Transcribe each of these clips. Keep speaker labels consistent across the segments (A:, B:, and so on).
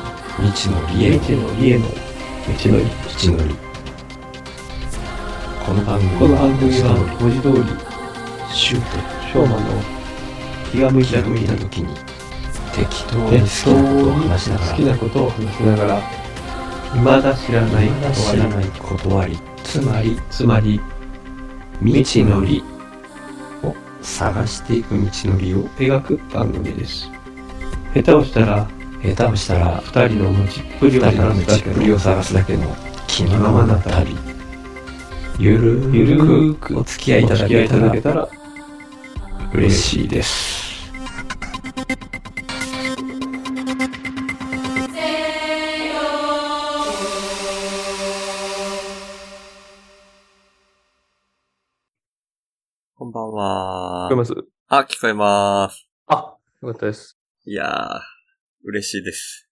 A: のりへの
B: 道のりへの道のり
A: 道のりこの番組
B: この番組は
A: 下取
B: 文字通り
A: りシュート
B: 昭和の気が向い
A: 気
B: た
A: が向い
B: 時
A: た
B: に
A: 時に適当に
B: 適当
A: 好きなことを
B: に
A: 話しながら
B: 好きなことを話しながら未だ知らない
A: まだ
B: ことは
A: 知らない断りつまり
B: つまり
A: 未知のりを探していく道のりを
B: 描く番組です下手をしたら
A: 下手をしたら
B: 二人の持ちっぷりを
A: 二
B: 探
A: 人の
B: す
A: 道
B: だ
A: っ
B: け
A: ぷりを探すだけの気のままな旅ゆる
B: ゆる
A: ー
B: ー
A: く
B: く
A: お付き合いいただ
B: お付
A: け
B: き合
A: たら
B: たら
A: 嬉しいです
C: こんばんは
B: 聞こえ。ます
C: あ、聞こえまーす。
B: あよかったです
C: いやー、嬉しいです。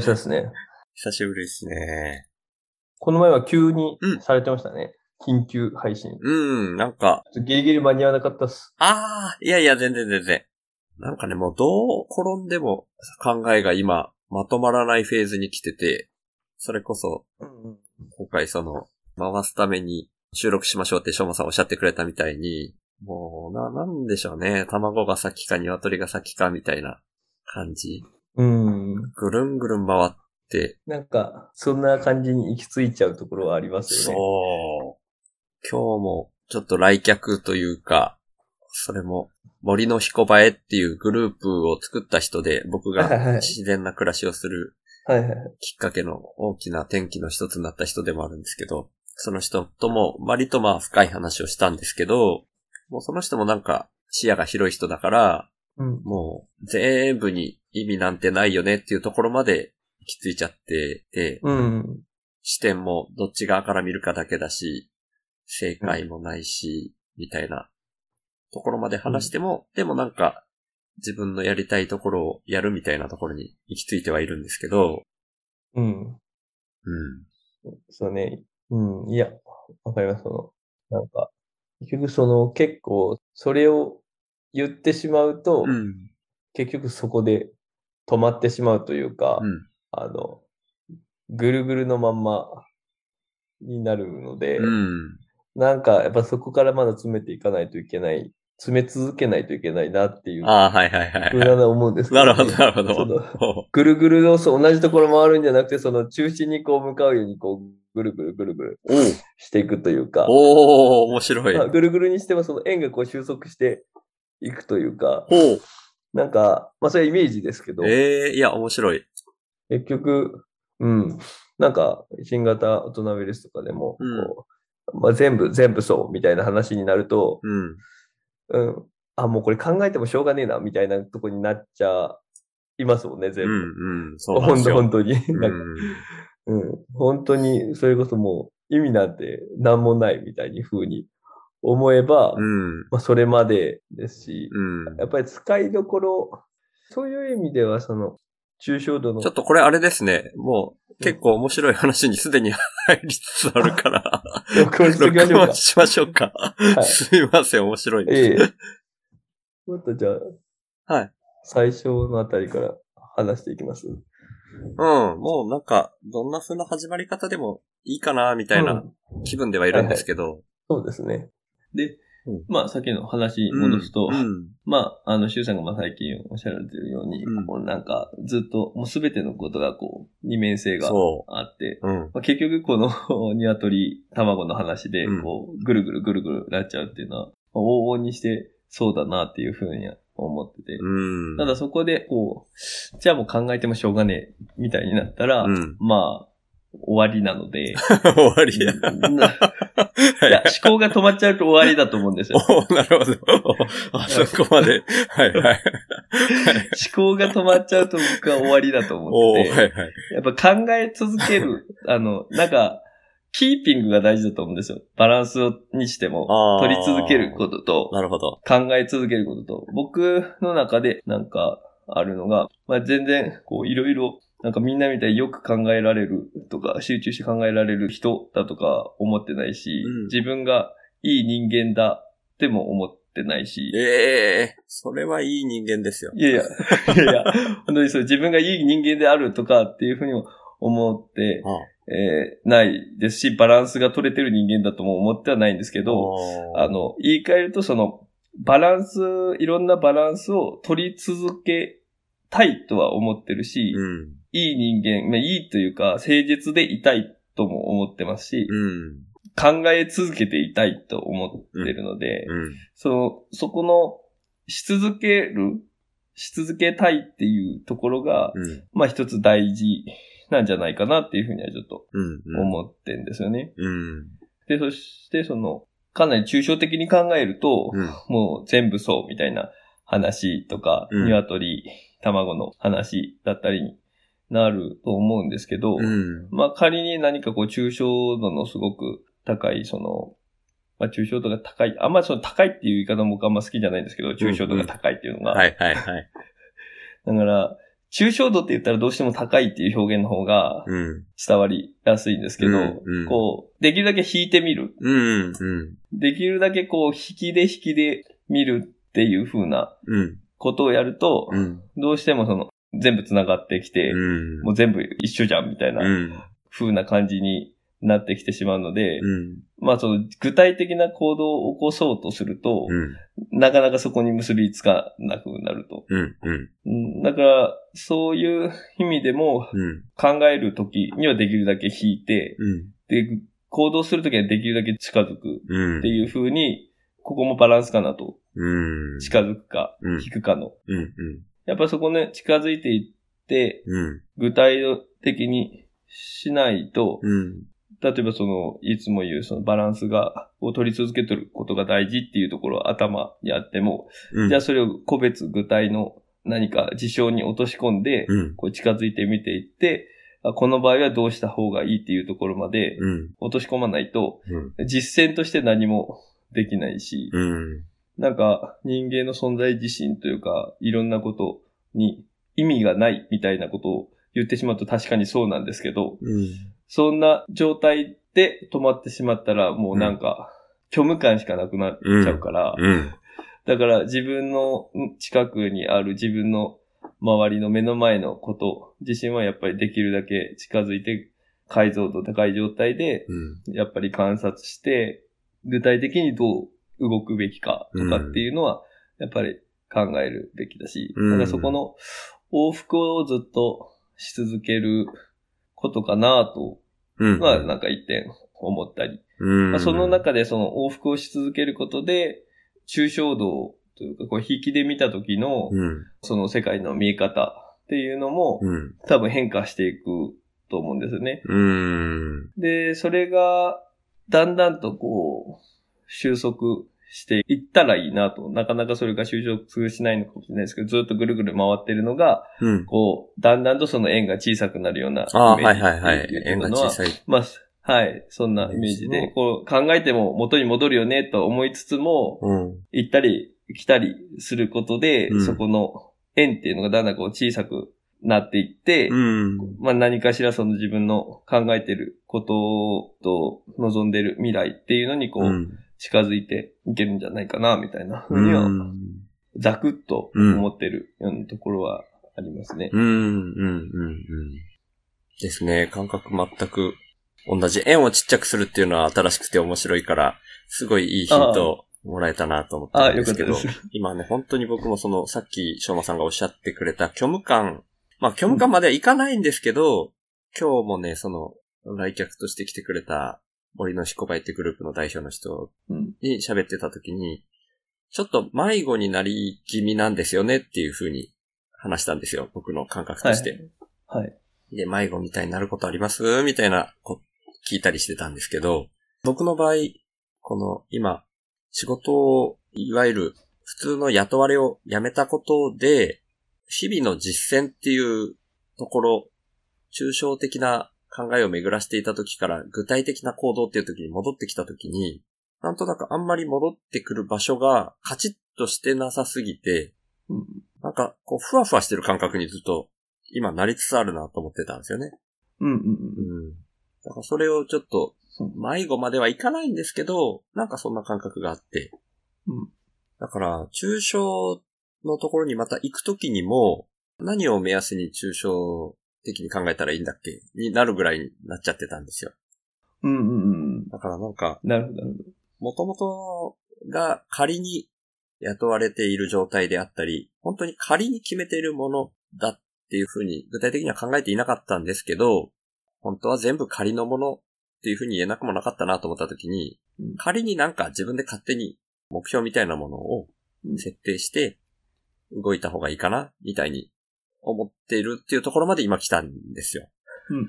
D: そうですね。
C: 久しぶりですね。
D: この前は急に
C: うん
D: されてましたね。緊急配信。ちょ
C: うん、なんか、
D: っとギリギリ間に合わなかったっす。
C: あー、いやいや、全然全然。なんかね、もうどう転んでも考えが今、まとまらないフェーズに来てて、それこそ、今回その、回すために収録しましょうってしょもさんおっしゃってくれたみたいに、もう、な、なんでしょうね。卵が先か鶏が先かみたいな感じ。
D: うん。
C: ぐるんぐるん回って、
D: なんか、そんな感じに行き着いちゃうところはありますよね。
C: そう。今日もちょっと来客というか、それも森の彦映えっていうグループを作った人で僕
D: はいはい
C: が自然な暮らしをする
D: はいはいはい。
C: きっかけの大きな転機の一つになった人でもあるんですけど、その人とも割とまあ深い話をしたんですけど、もうその人もなんか視野が広い人だから、
D: うん。
C: もう全部に意味なんてないよねっていうところまで行き着いちゃって、で、
D: うん。
C: 視点もどっち側から見るかだけだし、正解もないし、みたいなところまで話しても、でもなんか自分のやりたいところをやるみたいなところに行き着いてはいるんですけど、
D: うん。
C: うん。
D: そうね。うん。いや、わかります。その、なんか、結局その、結構、それを言ってしまうと、
C: うん。
D: 結局そこで止まってしまうというか、
C: うん。
D: あの、ぐるぐるのまんまになるので、
C: うん。
D: なんかやっぱそこからまだ詰めていかないといけない、詰め続けないといけないなっていう
C: ああ、はいはいはい
D: ふう
C: は。
D: ない思うんですけ
C: なるほど、
D: ね
C: なるほど。
D: その
C: ほ
D: ぐるぐるのそう同じところ回るんじゃなくて、その中心にこう向かうようにこうぐるぐるぐるぐる
C: う
D: していくというか、
C: おお面白い。
D: ま
C: ほ
D: あぐるぐるにしてもその円がこう収束していくというか、
C: う。
D: なんか、まあそれはイメージですけど、
C: ええいや、面白い。
D: 結局、うん、なんか新型オトナウイルスとかでも、
C: うん
D: こうまあ、全部、全部そうみたいな話になると、
C: うん。
D: うん、あ、もうこれ考えてもしょうがねえなみたいなとこになっちゃいますもんね、
C: う
D: 全部。
C: ん、うん。そうなんで
D: 本
C: す
D: 当
C: よ。
D: 本当に、
C: う
D: なんんかうん。本当に、それこそもう意味なんて何もないみたいに風に思えば、
C: うん。
D: まあ、それまでですし、
C: うん。
D: やっぱり使いどころ、そういう意味では、その、抽象度の
C: ちょっとこれあれですね。もう、結構面白い話にすでに入りつつある から、
D: 録音しておきまし
C: 録
D: ょうか
C: 音。しましょうか。
D: はい
C: すいません、面白いです。
D: ええ。もっとじゃあ、
C: はい。
D: 最初のあたりから話していきます。
C: うん、もうなんか、どんな風な始まり方でもいいかな、みたいうなん気分ではいるんですけど。
D: そうですね。で、
C: うん
D: まあ、さっきの話に
C: うん
D: 戻すと、
C: うん。
D: まあ、あの、シュウさんがまあ最近おっしゃられてるように、
C: うん
D: こうなんか、ずっと、もうすべてのことがこう、二面性が
C: そ
D: あって、
C: う。うん。
D: まあ、結局この 鶏、卵の話で
C: うん、
D: こう、ぐるぐるぐるぐるなっちゃうっていうのは、まあ往々にして、そうだなっていうふうには思ってて、
C: うん。
D: ただそこで、こう、じゃあもう考えてもしょうがねえ、みたいになったら、
C: うん
D: まあ、終わりなので、
C: 終わりや。
D: い
C: はい
D: や、思考が止まっちゃうと終わりだと思うんですよ。思
C: おーなるほど。 あそこまで。はいはい。
D: 考が止まっちゃうと僕は終わりだと 思
C: おー
D: って
C: は
D: て、
C: いはい。
D: やっぱ考え続 ける、あの、なんか、キーピングが大事だと思うんですよ。バランスをにしても、
C: あー
D: 取り続けることと、
C: なるほど。
D: 考え続けることと、僕の中でなんかあるのが、まあ、全然こういろいろ、なんかみんなみたいによく考えられるとか、集中して考えられる人だとか思ってないし、
C: うん
D: 自分がいい人間だっても思っってないし。
C: ええそれはいい人間ですよ。
D: いやいや、いやい や、本当にそう、自分がいい人間であるとかっていうふうにも思って、
C: うん
D: えーないですし、バランスが取れてる人間だとも思ってはないんですけど、あ
C: あの、
D: の、言い換えるとその、バランス、いろんなバランスを取り続けたいとは思ってるし、
C: うん。
D: いい人間、まあ、いいというか、誠実でいたいとも思ってますし、
C: うん。
D: 考え続けていたいと思ってるので、
C: うん。
D: その、そこの、し続ける、し続けたいっていうところが、
C: うん。
D: まあ一つ大事なんじゃないかなっていうふうにはちょっと
C: うん。うん。
D: 思ってんですよね。
C: うん。
D: で、そしてその、かなり抽象的に考えると、
C: うん。
D: もう全部そうみたいな話とか、
C: うん
D: 鶏、卵の話だったりになると思うんですけど、
C: うん。
D: まあ仮に何かこう抽象度のすごく高い、その、まあ抽象度が高い、あんまりその高いっていう言い方も僕あんま好きじゃないんですけど、抽象度が高いっていうのが。
C: はいはいはい。
D: だから、抽象度って言ったらどうしても高いっていう表現の方が
C: うん。
D: 伝わりやすいんですけど、
C: うんうん
D: こう、できるだけ引いてみる。
C: うん。うん。
D: できるだけこう、引きで引きで見るっていう風な
C: うん。
D: ことをやると、
C: うん。
D: どうしてもその、全部繋がってきて、
C: うん。
D: もう全部一緒じゃんみたいな
C: うん。
D: 風な感じになってきてしまうので、
C: うん。
D: まあその具体的な行動を起こそうとすると、
C: うん。
D: なかなかそこに結びつかなくなると。
C: うん。うん。
D: うんだから、そういう意味でも
C: うん。
D: 考えるときにはできるだけ引いて、
C: うん。
D: で、行動するときはできるだけ近づく
C: うん。
D: っていう風に、ここもバランスかなと。
C: うん。
D: 近づくか、
C: うん。
D: 引くかの。
C: うん。
D: やっぱそこね、近づいていって、
C: うん。
D: 具体的にしないと、
C: うん。
D: 例えばその、いつも言うそのバランスが、を取り続けてることが大事っていうところを頭にあっても、
C: うん。
D: じゃあそれを個別具体の何か事象に落とし込んで、
C: うん。
D: こう近づいてみていって、あこの場合はどうした方がいいっていうところまで
C: うん。
D: 落とし込まないと、
C: うん。
D: 実践として何もできないし、
C: うん。
D: なんか人間の存在自身というか、いろんなことに意味がないみたいなことを言ってしまうと確かにそうなんですけど、
C: うん。
D: そんな状態で止まってしまったら、もうなんか、虚無感しかなくなっちゃうから、
C: うん。
D: だから自分のん近くにある自分の周りの目の前のこと自身はやっぱりできるだけ近づいて、解像度高い状態で、
C: うん。
D: やっぱり観察して、具体的にどう動くべきかとかっていうのは、やっぱり考えるべきだし、
C: うん
D: なんかそこの往復をずっとし続けることかなと
C: うん。
D: まあ、なんか一点思ったり。
C: うん。
D: まあ、その中でその往復をし続けることで、抽象度というか、こう、引きで見た時の、
C: うん。
D: その世界の見え方っていうのも、
C: うん。
D: 多分変化していくと思うんですよね。
C: うん。
D: で、それが、だんだんとこう、収束していったらいいなと。なかなかそれが収束しないのかもしれないですけど、ずっとぐるぐる回ってるのが、
C: うん。
D: こう、だんだんとその円が小さくなるような。
C: ああ、はいはいはい
D: 言っ。て
C: 円
D: た
C: が
D: の
C: 小
D: は
C: さい。
D: まあ、すはい。そんなイメージ
C: イメージ
D: で、
C: の
D: こう考えても元に戻るよねと思いつつも、
C: うん。
D: 行ったり来たりすることで、
C: うん
D: そこの円っていうのがだんだんこう小さくなっていって、
C: うん。
D: まあ何かしらその自分の考えてることと望んでる未来っていうのにこ
C: う。
D: うん近づいていけるんじゃないかな、みたいなふうには、ざくっと思ってるようなところはありますね。
C: うん、うん、うん、うん。ですね。感覚全く同じ。円をちっちゃくするっていうのは新しくて面白いから、すごいいいヒントをもらえたなと思っ
D: あ
C: た
D: あ、
C: んで
D: よか
C: す
D: っ
C: け
D: た
C: ど
D: で、す。
C: 今ね、本当に僕もその、さっき、しょうまさんがおっしゃってくれた虚無感、まあ虚無感まではいかないんですけど、今日もね、その、来客として来てくれた、森のしこばいってグループの代表の人
D: うん
C: に喋ってた時に、ちょっと迷子になり気味なんですよねっていう風に話したんですよ。僕の感覚として。
D: はいはい
C: で、迷子みたいになることありますみたいな、こ聞いたりしてたんですけど、僕の場合、この今、仕事を、いわゆる普通の雇われを辞めたことで、日々の実践っていうところ、抽象的な考えを巡らしていた時から具体的な行動っていう時に戻ってきた時に、なんとなくあんまり戻ってくる場所がカチッとしてなさすぎて、
D: うん
C: なんかこうふわふわしてる感覚にずっと今なりつつあるなと思ってたんですよね。
D: うんうんうん。
C: うん。だからそれをちょっと
D: そう
C: 迷子まではいかないんですけど、なんかそんな感覚があって、
D: うん
C: だから、抽象のところにまた行くときにも、何を目安に抽象的に考えたらいいんだっけになるぐらいになっちゃってたんですよ。
D: うんうんうん。
C: だからなんか、
D: なるほど、なる
C: 元々が仮に雇われている状態であったり、本当に仮に決めているものだっていうふうに具体的には考えていなかったんですけど、本当は全部仮のものっていうふうに言えなくもなかったなと思った時に
D: うん、
C: 仮になんか自分で勝手に目標みたいなものを設定して動いた方がいいかなみたいに思っているっていうところまで今来たんですよ。
D: ほど。うんうん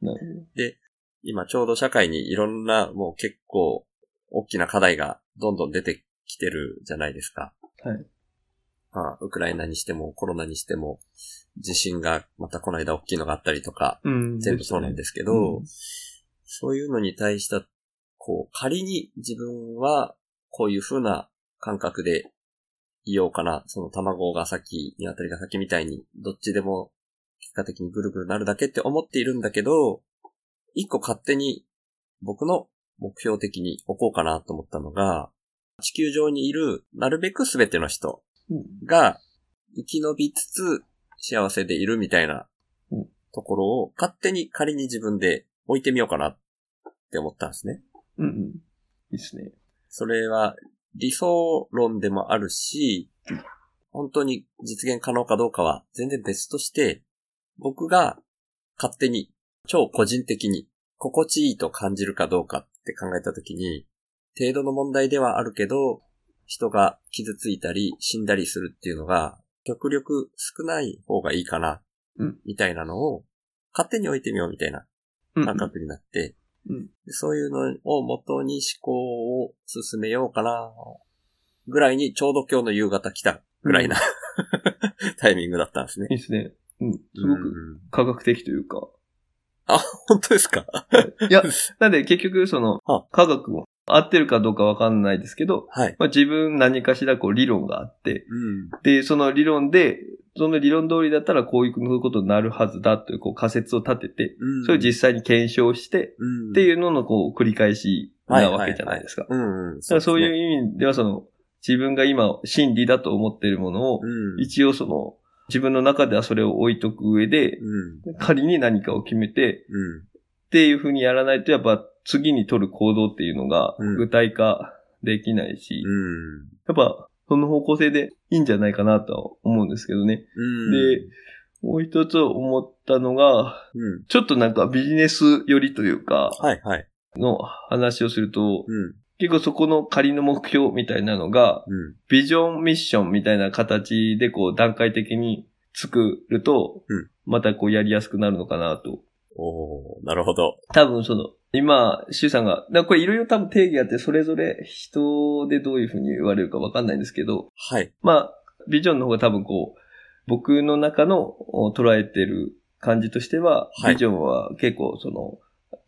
C: うん。
D: うん。なる
C: 今ちょうど社会にいろんなもう結構大きな課題がどんどん出てきてるじゃないですか。
D: はい。
C: まあ、ウクライナにしてもコロナにしても地震がまたこの間大きいのがあったりとか、
D: ほど。うん。
C: 全部そうなんですけど、
D: うん
C: そういうのに対した、こう、仮に自分はこういう風な感覚でいようかな。その卵が先、ニワトリが先みたいに、どっちでも結果的にぐるぐるなるだけって思っているんだけど、一個勝手に僕の目標的に置こうかなと思ったのが、地球上にいるなるべく全ての人
D: うん
C: が生き延びつつ幸せでいるみたいな
D: うん
C: ところを勝手に仮に自分で置いてみようかなって思ったんですね。
D: うんうん。いいっすね。
C: それは理想論でもあるし、本当に実現可能かどうかは全然別として、僕が勝手に超個人的に心地いいと感じるかどうかって考えたときに、程度の問題ではあるけど、人が傷ついたり死んだりするっていうのが、極力少ない方がいいかな
D: うん、
C: みたいなのを、勝手に置いてみようみたいな
D: うん
C: 感覚になって、
D: うん
C: そういうのを元に思考を進めようかな、ぐらいにちょうど今日の夕方来たぐらいな、 タイミングだったんですね。
D: いいっすね。うん。すごく
C: うん
D: 科学的というか。
C: 本当ですか
D: いや、なんで結局その
C: は、
D: 科学も合ってるかどうかわかんないですけど、
C: はい。
D: まあ自分何かしらこう理論があって、
C: うん。
D: で、その理論で、その理論通りだったらこういうことになるはずだというこう仮説を立てて、
C: うん
D: それを実際に検証して、
C: うん
D: っていうののこう繰り返しなわけじゃないですか。だ
C: うんうん。
D: からそう
C: う
D: いう意味ではその、自分が今真理だと思っているものを
C: で、すね、うん。
D: 一応その、自分の中ではそれを置いとく上で、
C: うん。
D: 仮に何かを決めて、
C: うん。
D: っていうふうにやらないと、やっぱ次に取る行動っていうのが
C: うん
D: 具体化できないし、
C: うん。
D: やっぱその方向性でいいんじゃないかなとは思うんですけどね。
C: うん。
D: で、もう一つ思ったのが、
C: うん。
D: ちょっとなんかビジネス寄りというか、
C: はいはい。
D: の話をすると、
C: うん。
D: 結構そこの仮の目標みたいなのが、
C: うん。
D: ビジョンミッションみたいな形でこう段階的に作ると
C: うん、
D: またこうやりやすくなるのかなと
C: おー、なるほど。
D: 多分その、今、シュウさんが、だからこれいろいろ多分定義あって、それぞれ人でどういうふうに言われるかわかんないんですけど、
C: はい。
D: まあ、ビジョンの方が多分こう、僕の中のお捉えてる感じとしては、
C: はい
D: ビジョンは結構その、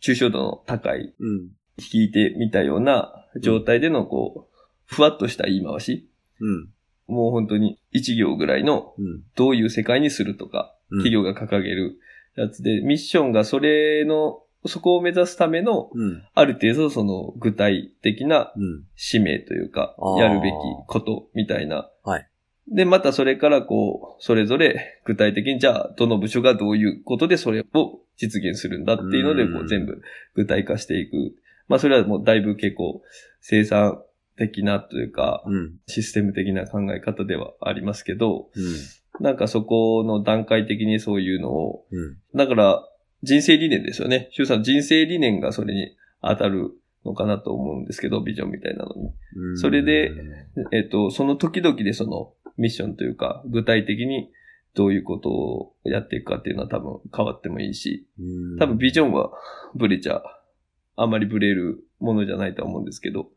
D: 抽象度の高い、
C: うん。
D: 引いてみたような状態でのこう、ふわっとした言い回し、
C: うん。
D: もう本当に一行ぐらいの
C: うん。
D: どういう世界にするとか、
C: うん
D: 企業が掲げるやつで、ミッションがそれの、そこを目指すための、
C: うん。
D: ある程度その具体的な
C: うん。
D: 使命というか
C: あ、ー
D: やるべきことみたいな。
C: はい
D: で、またそれからこう、それぞれ具体的に、じゃあ、どの部署がどういうことでそれを実現するんだっていうので、
C: うん
D: こう全部具体化していく。まあ、それはもうだいぶ結構生産的なというか、
C: うん。
D: システム的な考え方ではありますけど、
C: うん。
D: なんかそこの段階的にそういうのを
C: うん。
D: だから、人生理念ですよね。周さん、人生理念がそれに当たるのかなと思うんですけど、ビジョンみたいなのに。
C: うん
D: それで、えっと、その時々でそのミッションというか、具体的にどういうことをやっていくかっていうのは多分変わってもいいし、
C: うん
D: 多分ビジョンはブレちゃ、あまりブレるものじゃないとは思うんですけど、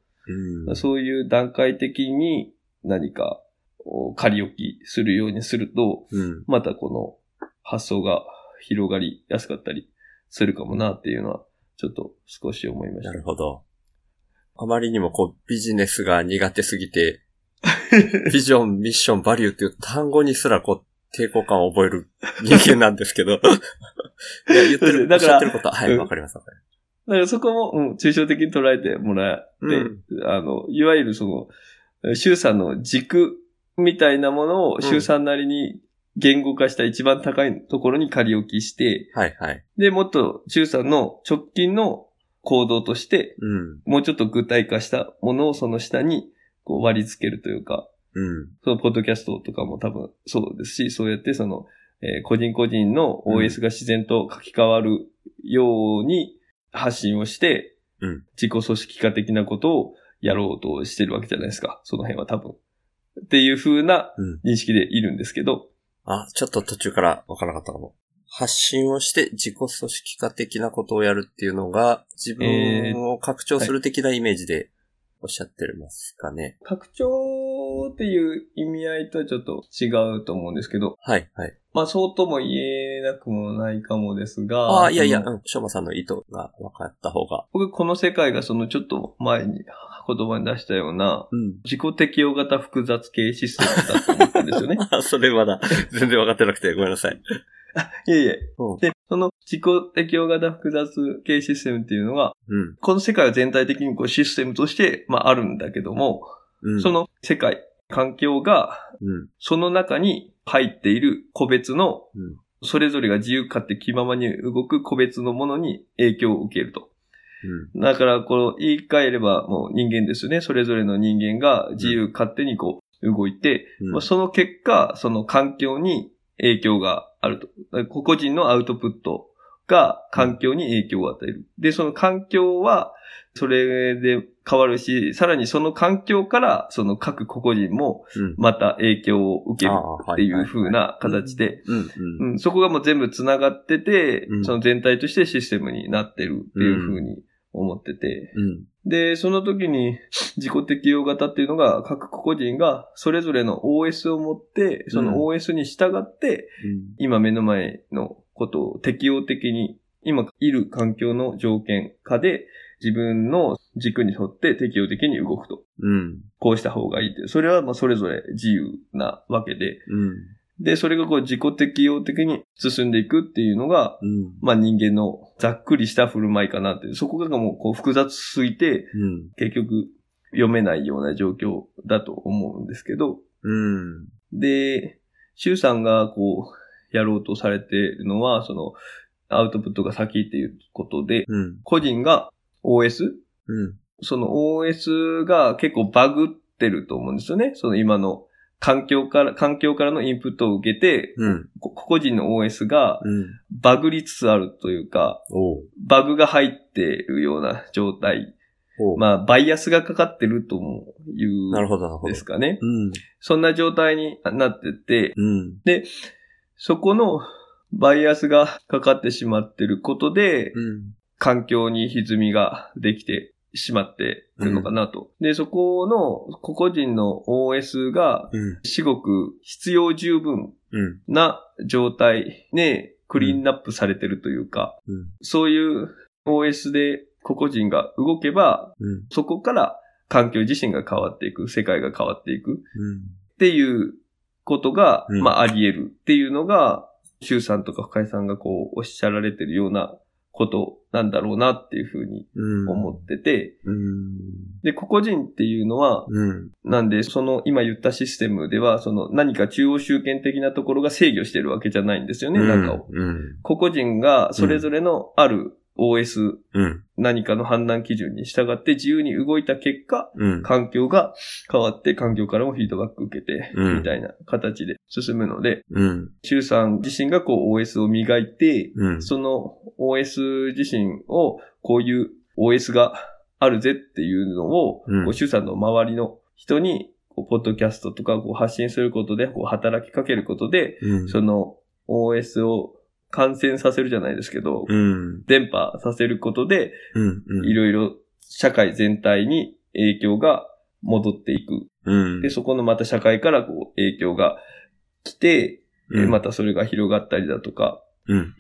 C: うん
D: そういう段階的に何かを仮置きするようにすると、
C: うん。
D: またこの発想が広がりやすかったりするかもなっていうのは、ちょっと少し思いまし
C: なるほど。あまりにもこう、ビジネスが苦手すぎ て、ビジョン、ミッション、バリューっていう単語にすらこう、抵抗感を覚える人間なんですけ ど。いや、言ってる、お
D: だ
C: っ
D: か
C: しゃ
D: ら
C: ってることは、は
D: う
C: い、
D: ん
C: わかります。わかります
D: た。だからそこも、うん、抽象的に捉えてもらって、
C: うん
D: あの、いわゆるその、周さんの軸みたいなものを
C: ん
D: 周さんなりに言語化した一番高いところに仮置きして、
C: はいはい。
D: で、もっと周さんの直近の行動として、
C: うん。
D: もうちょっと具体化したものをその下にこう割り付けるというか、
C: うん。
D: そのポッドキャストとかも多分そうですし、そうやってその、えー個人個人の OS が自然と書き換わるように発信をして、
C: うん
D: 自己組織化的なことをやろうとしてるわけじゃないですか。その辺は多分。っていう風な
C: うん
D: 認識でいるんですけど、
C: あ、ちょっと途中からわからなかったかも。発信をして自己組織化的なことをやるっていうのが、自分を拡張する的なイメージでおっしゃってますかね。
D: 拡張っていう意味合いとはちょっと違うと思うんですけど、
C: はい、はい。
D: まあそうとも言えなくもないかもですが、
C: ああ、いやいや、
D: そ
C: う
D: の
C: ん、しょうまさんの意図が分かった方が。
D: 僕この世界がそのちょっと前に言葉に出したような、
C: うん。。
D: 自己適用型複雑系システムだと思ったんですよね
C: あ、 それまだ、全然分かってなくて、ごめんなさい。
D: いえいえ。
C: うん。
D: で、その自己適用型複雑系システムっていうのは、
C: うん。
D: この世界は全体的にこうシステムとして、まああるんだけども、
C: うん。
D: その世界、環境が、
C: うん。
D: その中に入っている個別の
C: うん、
D: それぞれが自由勝手気ままに動く個別のものに影響を受けると。
C: うん。
D: だから、こう、言い換えれば、もう人間ですよね。それぞれの人間が自由勝手にこう、動いて、
C: うん
D: まあ、その結果、その環境に影響があると。だから個々人のアウトプットが環境に影響を与える。で、その環境は、それで変わるし、さらにその環境から、その各個々人も、
C: うん。
D: また影響を受ける
C: あー
D: っていう風。な形で、
C: はいはいうん。うん。
D: うん、そこがもう全部繋がってて、
C: うん
D: その全体としてシステムになってるっていう風に思ってて、
C: うん。
D: で、その時に自己適用型っていうのが各個々人がそれぞれの OS を持って、その OS に従って、
C: うん。
D: 今目の前のことを適応的に、今いる環境の条件下で自分の軸に沿って適応的に動くと。
C: うん。
D: こうした方がいいっていう。それはまあそれぞれ自由なわけで、
C: うん。
D: で、それがこう自己適用的に進んでいくっていうのが、
C: うん。
D: まあ人間のざっくりした振る舞いかなっていう、そこがもうこう複雑すぎて、
C: うん。
D: 結局読めないような状況だと思うんですけど、
C: うん。
D: で、シュウさんがこう、やろうとされているのは、その、アウトプットが先っていうことで、
C: うん。
D: 個人が OS?
C: うん。
D: その OS が結構バグってると思うんですよね。その今の環境から、環境からのインプットを受けて、
C: うん。
D: こ個々人の OS が
C: うん。
D: バグりつつあるというか、
C: おう。
D: バグが入っているような状態。
C: おう。
D: まあ、バイアスがかかってるとも言う
C: なるほど、なる
D: ん
C: ほど。
D: ですかね。
C: うん。
D: そんな状態になってて、
C: うん。
D: そこのバイアスがかかってしまってることで、
C: うん。
D: 環境に歪みができてしまってるのかなと。で、そこの個々人の OS が、
C: うん。
D: 至極必要十分
C: うん。
D: な状態でクリーンアップされてるというか、
C: うん
D: そういう OS で個々人が動けば、
C: うん。
D: そこから環境自身が変わっていく、世界が変わっていく
C: うん。
D: っていうことが、
C: うん
D: まああり得るっていうのが、周さんとか深井さんがこうおっしゃられてるようなことなんだろうなっていうふうに
C: うん。
D: 思ってて、
C: うん。
D: で、個々人っていうのは、
C: うん。
D: なんで、その今言ったシステムでは、その何か中央集権的なところが制御してるわけじゃないんですよね、中を。
C: うん。
D: 個々人がそれぞれのある OS、
C: うん。
D: 何かの判断基準に従って自由に動いた結果、
C: うん。
D: 環境が変わって環境からもフィードバック受けて、
C: うん
D: みたいな形で進むので、
C: うん。
D: 周さん自身がこう OS を磨いて、
C: うん。
D: その OS 自身を、こういう OS があるぜっていうのを、
C: うん
D: こう主さんの周りの人に、こうポッドキャストとかこう発信することで、こう働きかけることで、
C: うん。
D: その OS を感染させるじゃないですけど、
C: うん。
D: 伝播させることで、
C: うん。
D: いろいろ社会全体に影響が戻っていく。
C: うん。
D: で、そこのまた社会からこう影響が来て、で
C: うん
D: またそれが広がったりだとか、
C: うん。うん。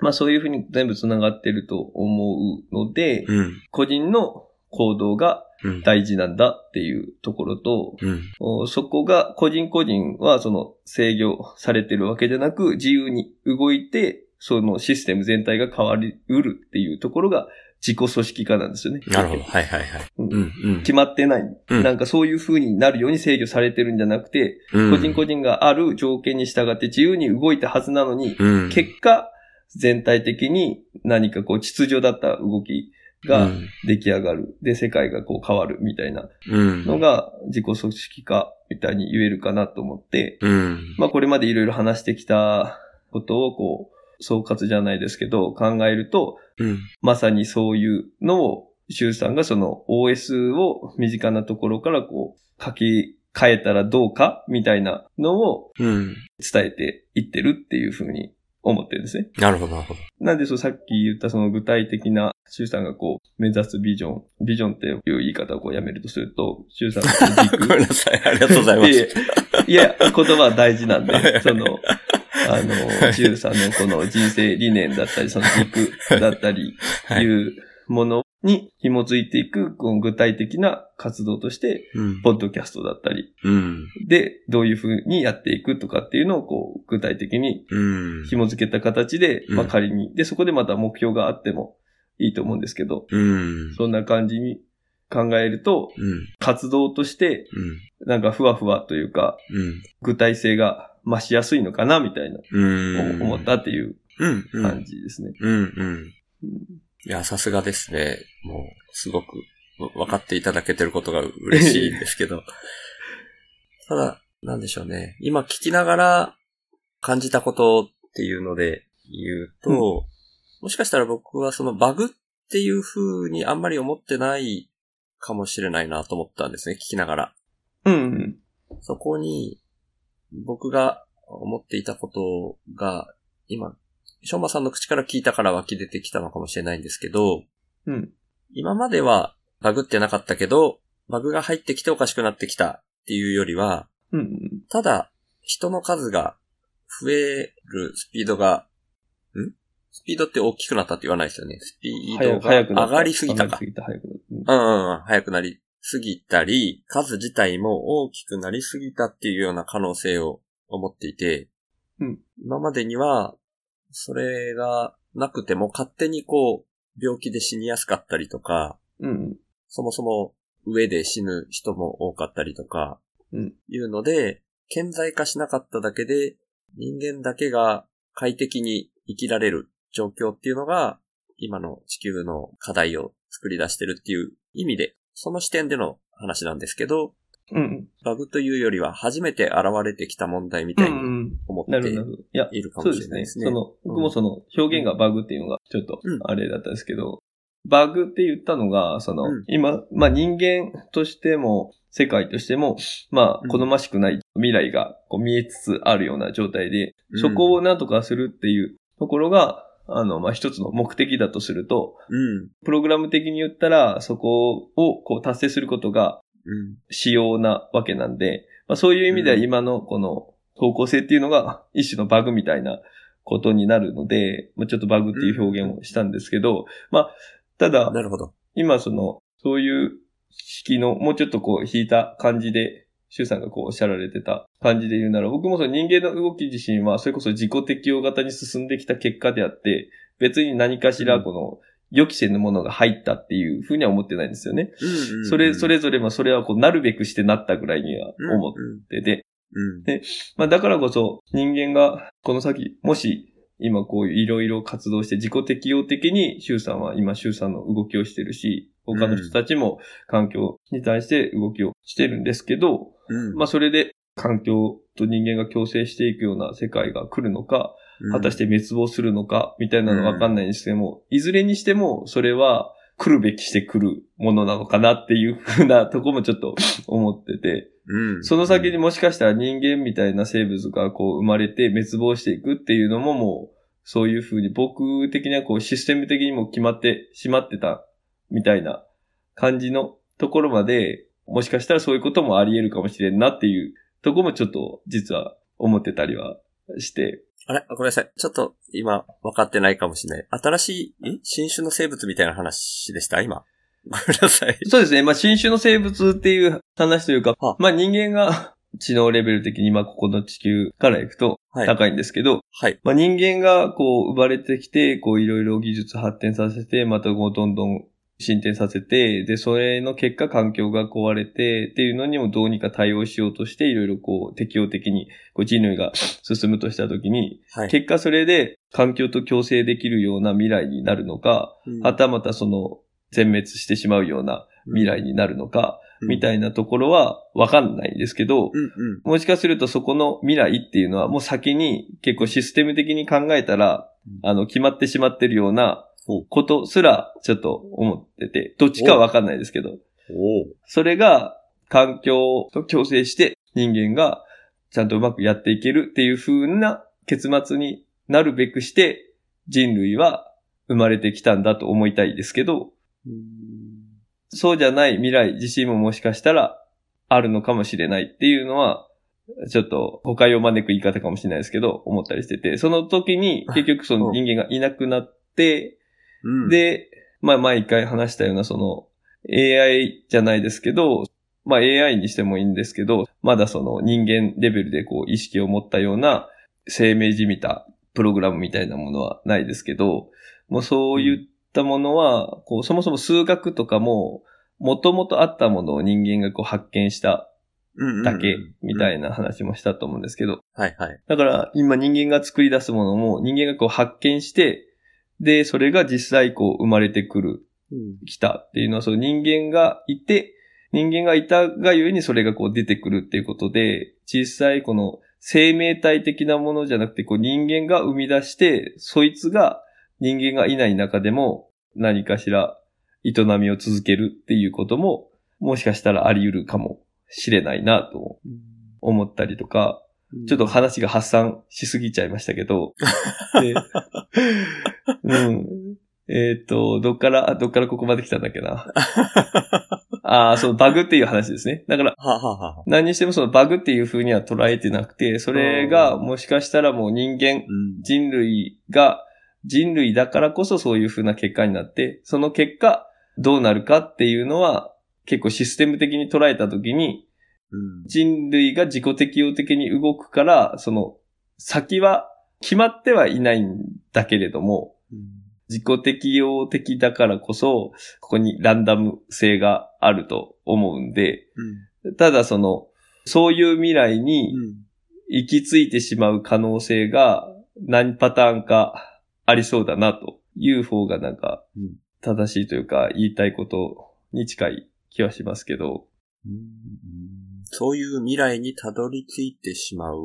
D: まあそういうふうに全部繋がってると思うので、
C: うん。
D: 個人の行動が
C: うん。
D: 大事なんだっていうところと、
C: うん。
D: おそこが個人個人はその制御されてるわけじゃなく、自由に動いて、そのシステム全体が変わりうるっていうところが自己組織化なんですよね。
C: なるほど。はいはいはい。
D: うん
C: うんうん
D: 決まってない。
C: うん
D: なんかそういう風になるように制御されてるんじゃなくて、
C: うん。
D: 個人個人がある条件に従って自由に動いたはずなのに、
C: うん。
D: 結果、全体的に何かこう秩序だった動き
C: う
D: が
C: ん
D: 出来上がる。で、世界がこう変わるみたいな
C: うん。
D: のが自己組織化みたいに言えるかなと思って、
C: うん。
D: まあこれまでいろいろ話してきたことをこう、総括じゃないですけど、考えると、
C: うん。
D: まさにそういうのを、シュウさんがその OS を身近なところからこう、書き換えたらどうかみたいなのを
C: うん。
D: 伝えていってるっていうふうに思ってるんですね。
C: なるほど、なるほど。
D: なんでそうさっき言ったその具体的な、シュウさんがこう、目指すビジョン、ビジョンっていう言い方をこうやめるとすると、シュウさんが 軸
C: ごめんなさい。ありがとうございま
D: い
C: す。
D: えいや、言葉は大事な んで、その、あの、ジュウさんのこの人生理念だったり、その軸だったり、
C: はい
D: いうものに紐づいていく、この具体的な活動として、
C: うん
D: ポッドキャストだったり、
C: うん。
D: で、どういうふうにやっていくとかっていうのを、こう、具体的に
C: うん。
D: 紐づけた形で、まあ
C: うん
D: 仮に、で、そこでまた目標があってもいいと思うんですけど、
C: うん。
D: そんな感じに考えると、
C: うん。
D: 活動として、
C: うん。
D: なんかふわふわというか、
C: うん。
D: 具体性が増しやすいのかなみたいな、
C: うん。
D: 思ったっていう
C: うん。うん。
D: 感じですね。
C: うん。うん。
D: うん
C: いや、さすがですね。もう、すごく、分かっていただけてることが嬉しいんですけ ど。ただ、なんでしょうね。今聞きながら感じたことっていうので言うと、もしかしたら僕はそのバグっていう風にあんまり思ってないかもしれないなと思ったんですね。聞きながら。
D: うん。
C: そこに、僕が思っていたことが、今、しょうまさんの口から聞いたから湧き出てきたのかもしれないんですけど、
D: うん。
C: 今まではバグってなかったけど、バグが入ってきておかしくなってきたっていうよりは、
D: うん。
C: ただ、人の数が増えるスピードが、んスピードって大きくなったって言わないですよね。スピード
D: 早く、
C: が
D: 早くな
C: 上
D: った
C: がりすぎた
D: 上が
C: か
D: り。すぎた、早くなった。うん
C: うんうんうん、早くなりすぎたり、数自体も大きくなりすぎたっていうような可能性を思っていて、
D: うん
C: 今までには、それがなくても勝手にこう、病気で死にやすかったりとか、
D: うん。
C: そもそも上で死ぬ人も多かったりとか、
D: うん
C: いうので、顕在化しなかっただけで、人間だけが快適に生きられる状況っていうのが、今の地球の課題を作り出してるっていう意味で、その視点での話なんですけど、
D: うん。
C: バグというよりは初めて現れてきた問題み
D: う
C: たいに
D: ん。
C: 思
D: な
C: っ
D: るほ
C: て
D: どなるほど。いや、
C: いるか
D: そ
C: も
D: う
C: し
D: で
C: れ
D: す
C: ない
D: ね。
C: ですね。
D: その、僕もその表現がバグっていうのがちょっと
C: うん
D: あれだったんですけど、バグって言ったのが、その、
C: うん
D: 今、まあ人間としても、世界としても、ま
C: う
D: あ
C: ん
D: 好ましくない未来がこう見えつつあるような状態で、
C: うん
D: そこをなんとかするっていうところが、あの、まあ一つの目的だとすると、
C: うん。
D: プログラム的に言ったら、そこをこう達成することが
C: うん。
D: 仕様なわけなんで、まあ、そういう意味では
C: うん
D: 今のこの方向性っていうのが 一種のバグみたいなことになるので、まあ、ちょっとバグっていう表現をしたんですけど、まあ、ただ、
C: なるほど。
D: 今その、そういう式のもうちょっとこう引いた感じで、シュウさんがこうおっしゃられてた感じで言うなら、僕もその人間の動き自身は、それこそ自己適応型に進んできた結果であって、別に何かしらこの予期せぬものが入ったっていうふうには思ってないんですよね。
C: うんうん
D: それ、それぞれもそれはこう、なるべくしてなったぐらいには思っ
C: うん
D: てて、
C: うん。
D: まあだからこそ人間がこの先、もし今こういういろいろ活動して自己適用的に、シュウさんは今シュウさんの動きをしてるし、他の人たちも環境に対して動きをしてるんですけど、
C: うん。
D: まあそれで環境と人間が共生していくような世界が来るのか、
C: うん
D: 果たして滅亡するのか、みたいなのわかんないにしても、いずれにしても、それは来るべきして来るものなのかなっていうふうなとこもちょっと思ってて、
C: うん
D: その先にもしかしたら人間みたいな生物がこう生まれて滅亡していくっていうのももう、そういうふうに僕的にはこうシステム的にも決まってしまってたみたいな感じのところまで、もしかしたらそういうこともあり得るかもしれんなっていうとこもちょっと実は思ってたりはして、
C: あれごめんなさい。ちょっと今分かってないかもしれない。新しい、ん新種の生物みたいな話でした今。 ごめんなさい。
D: そうですね。まあ、新種の生物っていう話というか
C: は、
D: まあ、人間が知能レベル的に、まあ、ここの地球から行くと
C: はい。
D: 高いんですけど、
C: はい。
D: まあ、人間がこう生まれてきて、こういろいろ技術発展させて、またこうどんどん進展させて、で、それの結果環境が壊れてっていうのにもどうにか対応しようとして、いろいろこう適応的にこう人類が進むとしたときに、
C: はい。
D: 結果それで環境と共生できるような未来になるのか、
C: うん
D: はたまたその全滅してしまうような未来になるのか、み
C: い。
D: たいなところはわかんないんですけど、
C: うんうん。
D: もしかするとそこの未来っていうのはもう先に結構システム的に考えたら、
C: うん
D: あの、決まってしまってるような
C: そう
D: ことすらちょっと思ってて、どっちかはわかんないですけど、
C: おー
D: それが環境と共生して人間がちゃんとうまくやっていけるっていう風な結末になるべくして人類は生まれてきたんだと思いたいですけど、そうじゃない未来自身ももしかしたらあるのかもしれないっていうのは、ちょっと誤解を招く言い方かもしれないですけど、思ったりしてて、その時に結局その人間がいなくなって、
C: うん。、
D: で、まあ毎回話したようなその AI じゃないですけど、まあ AI にしてもいいんですけど、まだその人間レベルでこう意識を持ったような生命じみたプログラムみたいなものはないですけど、もうそういったものは、こうそもそも数学とかも、もともとあったものを人間がこう発見しただけみたいな話もしたと思うんですけど、
C: はいはい。
D: だから今人間が作り出すものも人間がこう発見して、で、それが実際こう生まれてくる、
C: うん。
D: きたっていうのはそう人間がいて、人間がいたがゆえにそれがこう出てくるっていうことで、実際この生命体的なものじゃなくてこう人間が生み出して、そいつが人間がいない中でも何かしら営みを続けるっていうことももしかしたらあり得るかもしれないなと思ったりとか、ちょっと話が発散しすぎちゃいましたけど。でうん、えっ、と、どっから、あどっからここまで来たんだっけな。ああ、そのバグっていう話ですね。だから、
C: はははは。
D: 何にしてもそのバグっていう風には捉えてなくて、それがもしかしたらもう人
C: う
D: 間、
C: ん。
D: 人類が、人類だからこそそういう風な結果になって、その結果、どうなるかっていうのは、結構システム的に捉えたときに、
C: うん。
D: 人類が自己適応的に動くから、その先は決まってはいないんだけれども、自己適応的だからこそ、ここにランダム性があると思うんで、ただその、そういう未来に
C: うん。
D: 行き着いてしまう可能性が何パターンかありそうだなという方がなんか
C: うん
D: 正しいというか言いたいことに近い気はしますけど、
C: うんそういう未来にたどり着いてしまう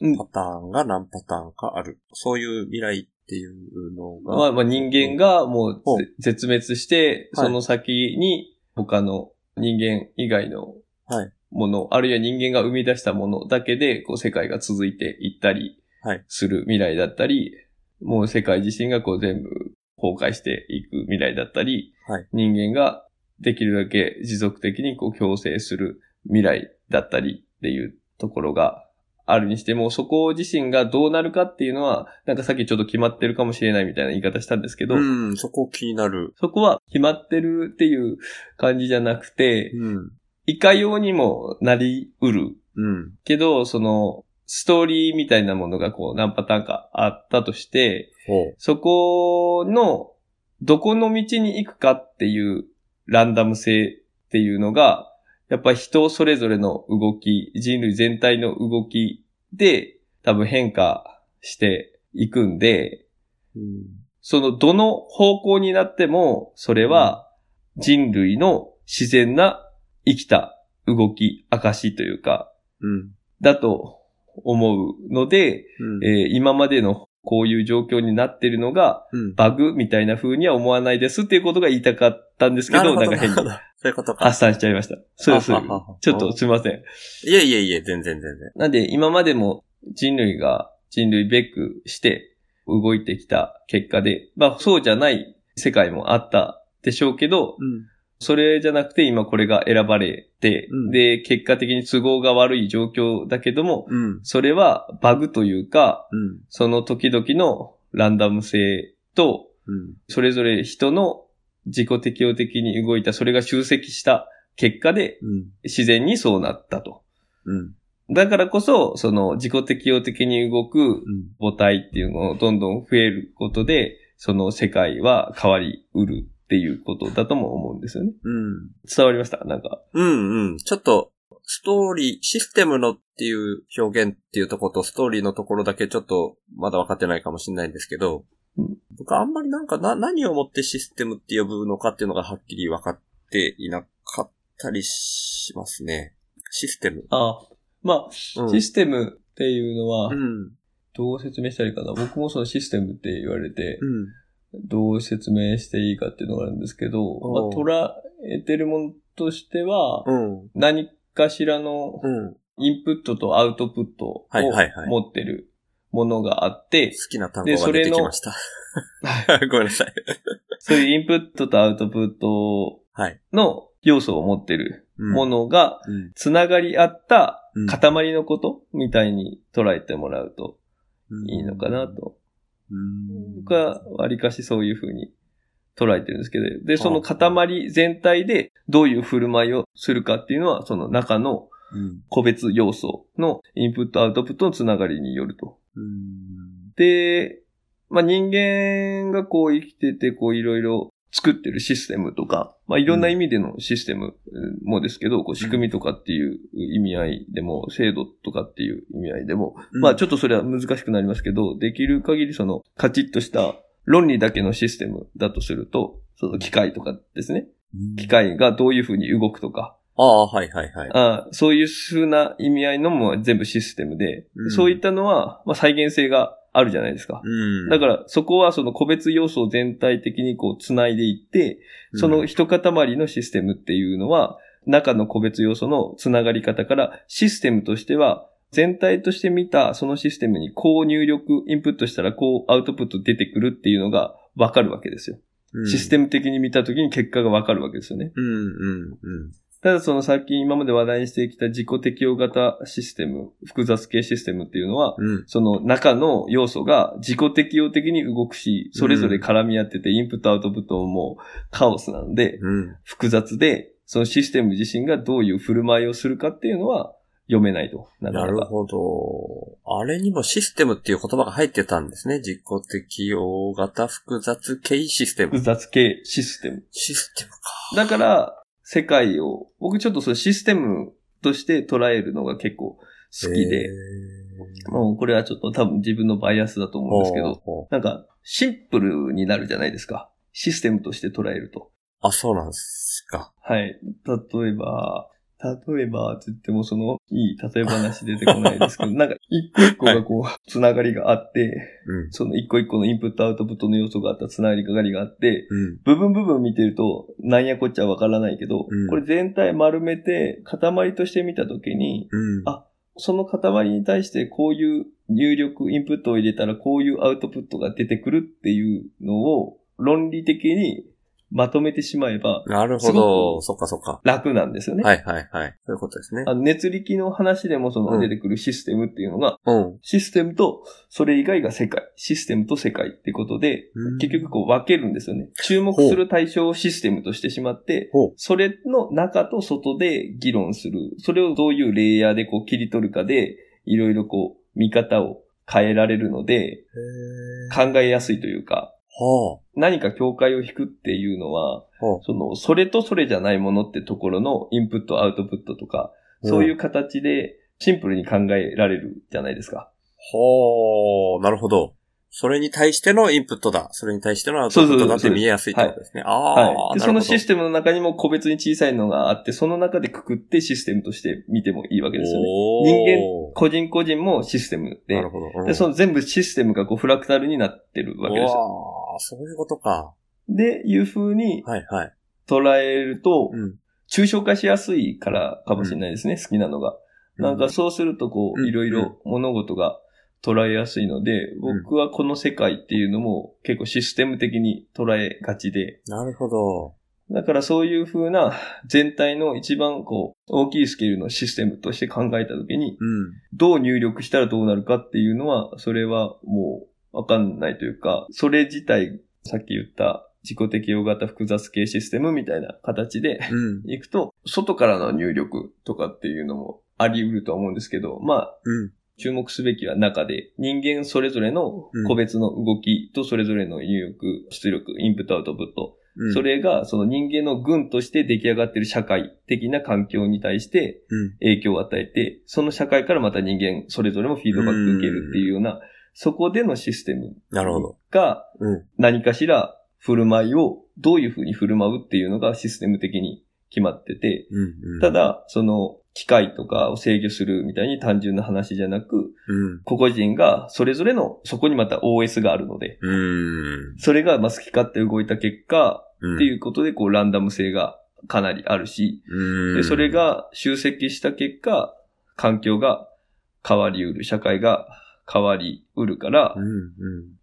D: うん
C: パターンが何パターンかある。そういう未来っていうのが。
D: まあ、まあ人間がもう
C: ほう
D: ぜ絶滅して、
C: はい
D: その先に他の人間以外の
C: はい
D: もの、あるいは人間が生み出したものだけで、こう世界が続いていったり
C: はい
D: する未来だったり、もう世界自身がこう全部崩壊していく未来だったり、
C: はい
D: 人間ができるだけ持続的にこう共生する未来だったりっていうところがあるにしても、そこ自身がどうなるかっていうのは、なんかさっきちょっと決まってるかもしれないみたいな言い方したんですけど、
C: うん、そこ気になる。
D: そこは決まってるっていう感じじゃなくて、
C: うん。
D: いかようにもなりうる
C: うん。
D: けど、その、ストーリーみたいなものがこう何パターンかあったとして、
C: ほう。
D: そこの、どこの道に行くかっていうランダム性っていうのが、やっぱ人それぞれの動き、人類全体の動きで多分変化していくんで、
C: うん。
D: そのどの方向になっても、それは人類の自然な生きた動き、証というか、
C: うん。
D: だと思うので、
C: うん。
D: えー今までのこういう状況になってるのが
C: うん。
D: バグみたいな風には思わないですっていうことが言いたかったんですけ
C: なる
D: ど、
C: ほ
D: なん
C: ど
D: か変に
C: なるほどそういうことか
D: 発。散しちゃい ました。そうです。ち
C: あははは
D: ょっとすいません。
C: いえいえいえ、全然全然。
D: なんで今までも人類が人類べくして動いてきた結果で、まあそうじゃない世界もあったでしょうけど、
C: うん。
D: それじゃなくて今これが選ばれて、
C: うん
D: で、結果的に都合が悪い状況だけども、
C: うん。
D: それはバグというか、
C: うん。
D: その時々のランダム性と、
C: うん。
D: それぞれ人の自己適応的に動いた、それが集積した結果で
C: うん。
D: 自然にそうなったと。
C: うん。
D: だからこそ、その自己適応的に動く
C: うん。
D: 母体っていうのをどんどん増えることで、その世界は変わりうるっていうことだとも思うんですよね。
C: うん。
D: 伝わりましたなんか。
C: うんうん。ちょっと、ストーリー、システムのっていう表現っていうところと、ストーリーのところだけちょっと、まだ分かってないかもしれないんですけど
D: うん、
C: 僕あんまりなんかな、何をもってシステムって呼ぶのかっていうのがはっきり分かっていなかったりしますね。システム。
D: ああ。ま
C: う
D: あ、
C: ん
D: システムっていうのは
C: う、ん。
D: どう説明したらいいかな。僕もそのシステムって言われて、
C: うん。
D: どう説明していいかっていうのがあるんですけど、まあ
C: おう
D: 捉えてるものとしては、
C: うん。
D: 何かしらの
C: うん。好
D: インプットとアウトプットを
C: はいはいはい
D: 持ってるものがあって、
C: きな単
D: で
C: 語が
D: それ
C: 出
D: の
C: てきました。 ごめんなさい。
D: そういうインプットとアウトプット
C: はい。
D: の要素を持ってる
C: うん
D: ものが、
C: うん
D: つながり合った
C: うん
D: 塊のことみたいに捉えてもらうといいのかな。と。
C: うん
D: 僕は割かしそういう風に捉えてるんですけど、で、その塊全体でどういう振る舞いをするかっていうのは、その中の
C: うん。
D: 個別要素のインプットアウトプットのつながりによると。
C: うん。
D: で、まあ、人間がこう生きてて、こういろいろ作ってるシステムとか、まあ、いろんな意味でのシステムうんもですけど、こう仕組みとかっていう意味合いでも、制度とかっていう意味合いでも、まあちょっとそれは難しくなりますけど、できる限りそのカチッとした論理だけのシステムだとすると、その機械とかですね。機械がどういうふうに動くとか、
C: ああ、はいはいはい。
D: あーそういう風な意味合いのも全部システムで、
C: うん
D: そういったのは、まあ、再現性があるじゃないですか。
C: うん。
D: だからそこはその個別要素を全体的にこう繋いでいって、その一塊のシステムっていうのは、中の個別要素のつながり方から、システムとしては、全体として見たそのシステムにこう入力、インプットしたらこうアウトプット出てくるっていうのがわかるわけですよ。
C: うん、
D: システム的に見た時に結果がわかるわけですよね。
C: うんうんうん。
D: ただその最近今まで話題にしてきた自己適応型システム、複雑系システムっていうのは、
C: うん。
D: その中の要素が自己適応的に動くし、それぞれ絡み合ってて、インプットアウトプットももうカオスなんで、
C: うん。
D: 複雑で、そのシステム自身がどういう振る舞いをするかっていうのは読めないと。な
C: な
D: か
C: る
D: なか。
C: ほど。あれにもシステムっていう言葉が入ってたんですね。自己適応型複雑系システ
D: 複
C: ム。
D: 雑系システム。
C: システムか。
D: だから、世界を、僕ちょっとそのシステムとして捉えるのが結構好き
C: へ
D: で、もうこれはちょっと多分自分のバイアスだ
C: ー
D: と思うんですけ
C: ほう
D: ど、
C: ほう
D: なんかシンプルになるじゃないですか。システムとして捉えると。
C: あ、そうなんですか。
D: はい。例えば、例えば、つってもその、いい例え話出てこないですけど、なん か、一個一個がこう、つながりがあって、
C: うん。
D: その一個一個のインプットアウトプットの要素があったつながりがあって、
C: うん。
D: 部分部分見てると、なんやこっちゃわからないけど、
C: うん
D: これ全体丸めて、塊として見たときに、
C: うん。
D: あその塊に対してこういう入力、インプットを入れたらこういうアウトプットが出てくるっていうのを論理的にまとめてしまえば
C: なるほ
D: すご
C: ど。そっかそっか。
D: 楽なんですよね。
C: はいはいはい。そういうことですね。
D: あの熱力の話でもそ
C: うん
D: の出てくるシステムっていうのが、
C: うん。
D: システムとそれ以外が世界、システムと世界ってことで、結局こう分けるんですよね。注目する対象をシステムとしてしまって
C: ほう、
D: それの中と外で議論する。それをどういうレイヤーでこう切り取るかで、いろいろこう見方を変えられるので、
C: へー
D: 考えやすいというか、
C: は
D: 何か境界を引くっていうのは
C: ほう、
D: その、それとそれじゃないものってところのインプット、アウトプットとか、
C: うん
D: そういう形でシンプルに考えられるじゃないですか。
C: あ。はあ。なるほど。それに対してのインプットだ。それに対してのアウトプットだって見えやすいってことですね。あ
D: は
C: あ。
D: い。で、そのシ
C: テ
D: ステムの中にも個別に小さいのがあって、その中でくくってシステムとして見てもいいわけですよね。人間、個人個人もシステム
C: な
D: で
C: る、ほど。うん
D: で、その全部システムがこうフラクタルになってるわけですよ。
C: うわーそういうことか。
D: で、いう風に
C: はいはい。
D: 捉えると、
C: ん。
D: 抽象化しやすいからかもしれないですね、好きなのが。なんかそうするとこ
C: うん
D: う、いろいろ物事が捉えやすいので、
C: ん
D: 僕はこの世界っていうのも結構システム的に捉えがちで、
C: なるほど。
D: だからそういう風な全体の一番こう大きいスケールのシステムとして考えた時に
C: うん。
D: どう入力したらどうなるかっていうのはそれはもうわかんないというかそれ自体さっき言った自己適応型複 雑系システムみたいな形で
C: うん。
D: いくと外からの入力とかっていうのもあり得るとは思うんですけど、まあ、
C: うん。
D: 注目すべきは中で、人間それぞれの
C: うん
D: 個別の動きとそれぞれの入力、出力、インプットアウトプット。
C: うん、
D: そ、れがその人間の群として出来上がっている社会的な環境に対して
C: うん。
D: 影響を与えて、その社会からまた人間それぞれもフィードバックを受けるっていうような、そこでのシステム
C: なるほど。
D: が
C: うん。
D: 何かしら振る舞いをどういうふうに振る舞うっていうのがシステム的に決まってて、
C: うん。うん
D: た、だ、その機械とかを制御するみたいに単純な話じゃなく、
C: うん。
D: 個々人がそれぞれの、そこにまた OS があるので、
C: うん。
D: それがまあ好き勝手動いた結果、
C: うん。
D: っていうことで、こう、ランダム性がかなりあるし、
C: うん。
D: でそれ、が集積した結果、環境が変わりうる、社会が変わりうるから
C: うん。、うん。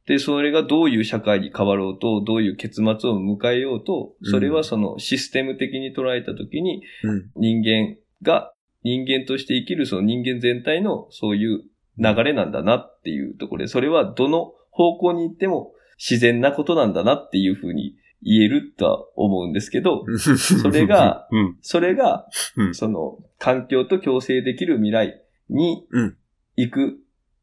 D: で、それがどういう社会に変わろうと、どういう結末を迎えようと、それはそのシステム的に捉えたときに、
C: うん。
D: 人間が、人間として生きるその人間全体のそういう流れなんだなっていうところで、それはどの方向に行っても自然なことなんだなっていうふうに言えるとは思うんですけど、
C: そ
D: れが、
C: うん。
D: それが
C: う、ん
D: その環境と共生できる未来に
C: うん
D: 行く、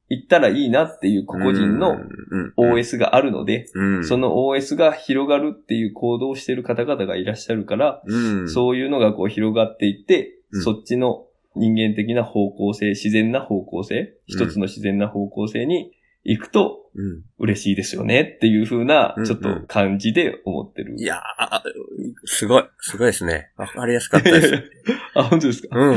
D: 行ったらいいなっていう個々人の
C: うん、うん、
D: OS があるので、
C: うん、
D: その OS が広がるっていう行動をしている方々がいらっしゃるから、
C: うん、
D: そういうのがこう広がっていって、
C: うん
D: そっちの人間的な方向性、自然な方向性、
C: うん
D: 一つの自然な方向性に行くと
C: うん。
D: 嬉しいですよねっていう風な
C: うんう、ん
D: ちょっと感じで思ってる。
C: いやー、すごい、すごいですね。わかりやすかったです。
D: あ、本当ですか
C: うん。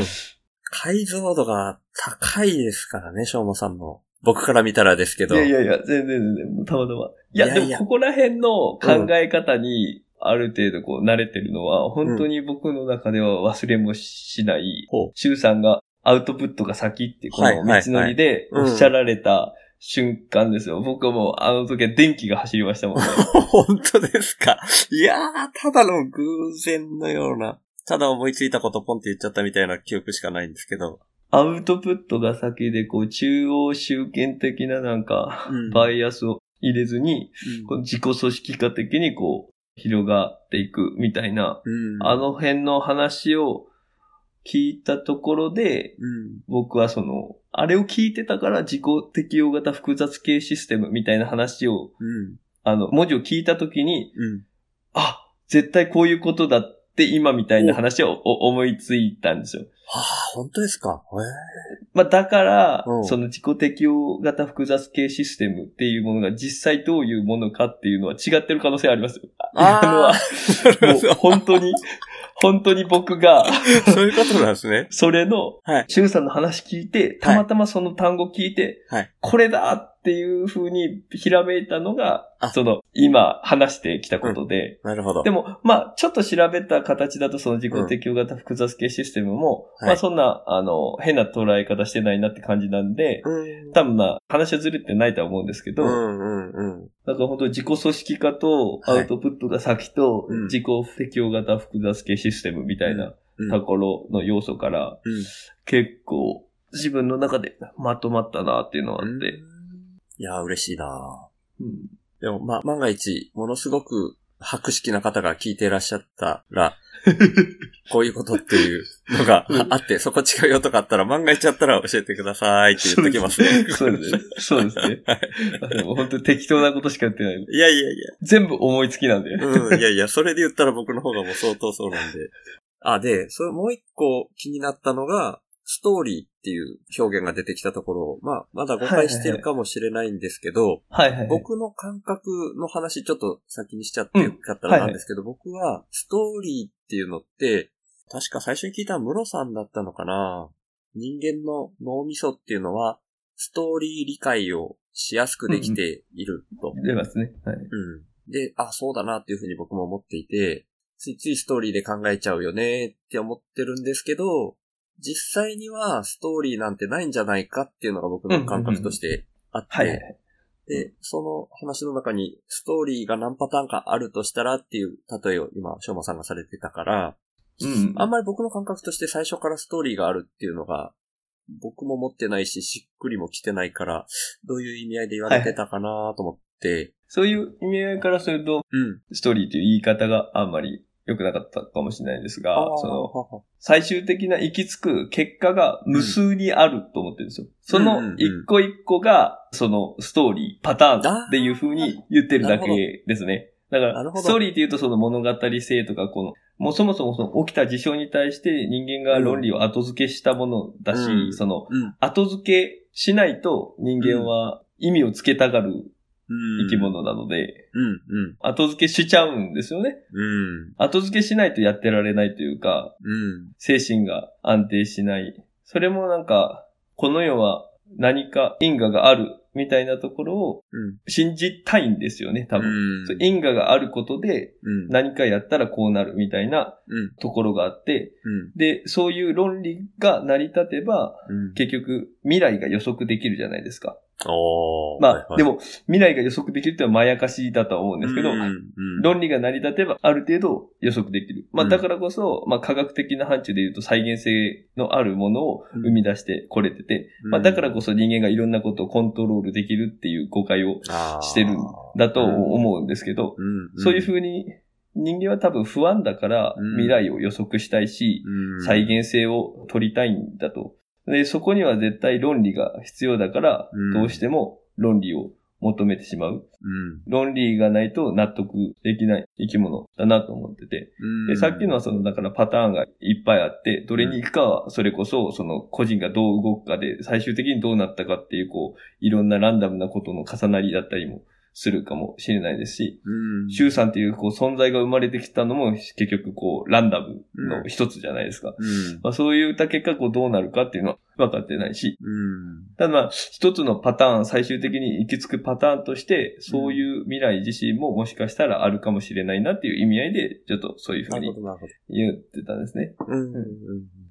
C: 解像度が高いですからね、しょうもさんの。僕から見たらですけ
D: い
C: ど。
D: やいやいや、全然全然、もうたまたま。い
C: い
D: や、
C: やい
D: で
C: や
D: もここら辺の考え方に、ある程度こう慣れてるのは、本当に僕の中では忘れもしない
C: ほう、
D: シュウさんがアウトプットが先ってこ
C: はい
D: の道のりで
C: はい
D: お
C: はい
D: っしゃられた瞬間ですよ。僕はもうあの時は電気が走りましたもん ね。
C: 本当ですか。いやー、ただの偶然のような。ただ思いついたことポンって言っちゃったみたいな記憶しかないんですけど。
D: アウトプットが先でこう中央集権的ななんか
C: うん、
D: バイアスを入れずに、こ
C: う
D: う自己組織化的にこう広がっていくみたいな、
C: ん
D: あ、の辺の話を聞いたところで、
C: うん。
D: 僕はその、あれを聞いてたから自己適用型複雑系システムみたいな話を、
C: うん。
D: あの、文字を聞いたときに、
C: うん。
D: あ、絶対こういうことだって今みたいな話をお思いついたんですよ。
C: はあ、本当ですか。
D: まあだから
C: う、ん
D: その自己適用型複雑系システムっていうものが実際どういうものかっていうのは違ってる可能性ありますよ。
C: あー
D: のは
C: な るほ
D: もう本当に、本当に僕が、
C: えそういうことなんですね。
D: それの、
C: はい
D: シュウさんの話聞いて、たまたまその単語聞いて、
C: はい
D: これだっていう風にひらめいたのが
C: あ、
D: その、今話してきたことで、
C: なるほど。
D: でも、まあ、ちょっと調べた形だと、その自己適応型複雑系システムも、
C: はい
D: まあ、そんな、あの、変な捉え方してないなって感じなんで、
C: うん。
D: 多分まあ、話はずれてないとは思うんですけど、
C: うんうんうん。
D: なんか本当自己組織化と、ア
C: はい
D: ウトプットが先と
C: うん、
D: 自己適応型複雑系システムみたいな、
C: うん
D: ところの要素から、
C: うん
D: 結構自分の中でまとまったなっていうのがあって、
C: いやー、嬉しいな
D: うん
C: ーでも、まあ、万が一、ものすごく博識な方が聞いていらっしゃった ら、こういうことっていうのが
D: うん
C: ああって、そこ違うよとかあったら、万が一あったら教えてくださいって言っときますね。
D: そうですね。そうですね。でも本当に適当なことしかやってない。
C: いやいやい
D: 全部思いつきなんで。
C: や、うん、いやいや、それで言ったら僕の方がもう相当そうなんで。あ、で、それもう一個気になったのが、ストーリーっていう表現が出てきたところを、まあ、まだ誤解してるかもしれないんですけど、
D: はいはいはい。
C: 僕の感覚の話ちょっと先にしちゃってよかったらなんですけど、僕はストーリーっていうのって、確か最初に聞いたのはムロさんだったのかな人間の脳みそっていうのは、ストーリー理解をしやすくできていると。
D: 出ますね。はい。
C: うん。で、あ、そうだなっていうふうに僕も思っていて、ついついストーリーで考えちゃうよねって思ってるんですけど、実際にはストーリーなんてないんじゃないかっていうのが僕の感覚としてあって、
D: はいはい。
C: で、その話の中にストーリーが何パターンかあるとしたらっていう例えを今、しょうまさんがされてたから、
D: うん。
C: あんまり僕の感覚として最初からストーリーがあるっていうのが、僕も持ってないし、しっくりも来てないから、どういう意味合いで言われてたかなと思って、
D: そういう意味合いからすると、
C: うん。
D: ストーリーという言い方があんまり良くなかったかもしれないですが
C: あ、ー
D: その、
C: はは
D: 最終的な行き着く結果が無数にあると思ってるんですよ。その一個一個が、そのストーリー、パターンっていう風に言ってるだけですね。だか
C: なる
D: ら、
C: ほど
D: ストーリーっていうとその物語性とか、この、もうそもそもその起きた事象に対して人間が論理を後付けしたものだし、
C: うん
D: その、
C: うん。
D: 後付けしないと人間は意味をつけたがる
C: うん
D: 生き。物なので、
C: うん、うん。
D: 後付けしちゃうんですよね。
C: うん。
D: 後付けしないとやってられないというか、
C: うん。
D: 精神が安定しない。それもなんか、この世は何か因果があるみたいなところを
C: うん。
D: 信じたいんですよね、多分。
C: うん。
D: そう因果があることで
C: うん。
D: 何かやったらこうなるみたいな
C: うん。
D: ところがあって、
C: うん。
D: で、そういう論理が成り立てば、
C: うん。
D: 結局未来が予測できるじゃないですか。
C: おー
D: まあ、
C: はいはい
D: でも未来が予測できるってのはまやかしだとは思うんですけど、
C: うんうん
D: 論理が成り立てばある程度予測できる。まあ
C: うん
D: だからこそ、まあ科学的な範疇で言うと再現性のあるものを生み出してこれてて、まあだからこそ人間がいろんなことをコントロールできるっていう誤解を
C: あー
D: してるんだと思うんですけど、
C: うんん
D: そういうふうに人間は多分不安だから
C: うん
D: 未来を予測したいし、
C: うん
D: 再現性を取りたいんだと。で、そこには絶対論理が必要だから
C: うん、
D: どうしても論理を求めてしまう。
C: うん
D: 論理がないと納得できない生き物だなと思ってて。
C: うん
D: で、さっきのはその、だからパターンがいっぱいあって、どれに行くかは、それこそ、その、個人がどう動くかで、最終的にどうなったかっていう、こう、いろんなランダムなことの重なりだったりもするかもしれないですし、
C: うん
D: シュウさんっていう、こう、存在が生まれてきたのも、結局、こう、ランダムの一つじゃないですか。
C: うん
D: まあ、そういった結果、こう、どうなるかっていうのは分かってないし、
C: うん
D: ただまあ、一つのパターン、最終的に行き着くパターンとして、そういう未来自身ももしかしたらあるかもしれないなっていう意味合いで、ちょっとそういうふ
C: な
D: う
C: るほ
D: に
C: ど、なるほど。
D: 言ってたんですね。
C: うんうんうん。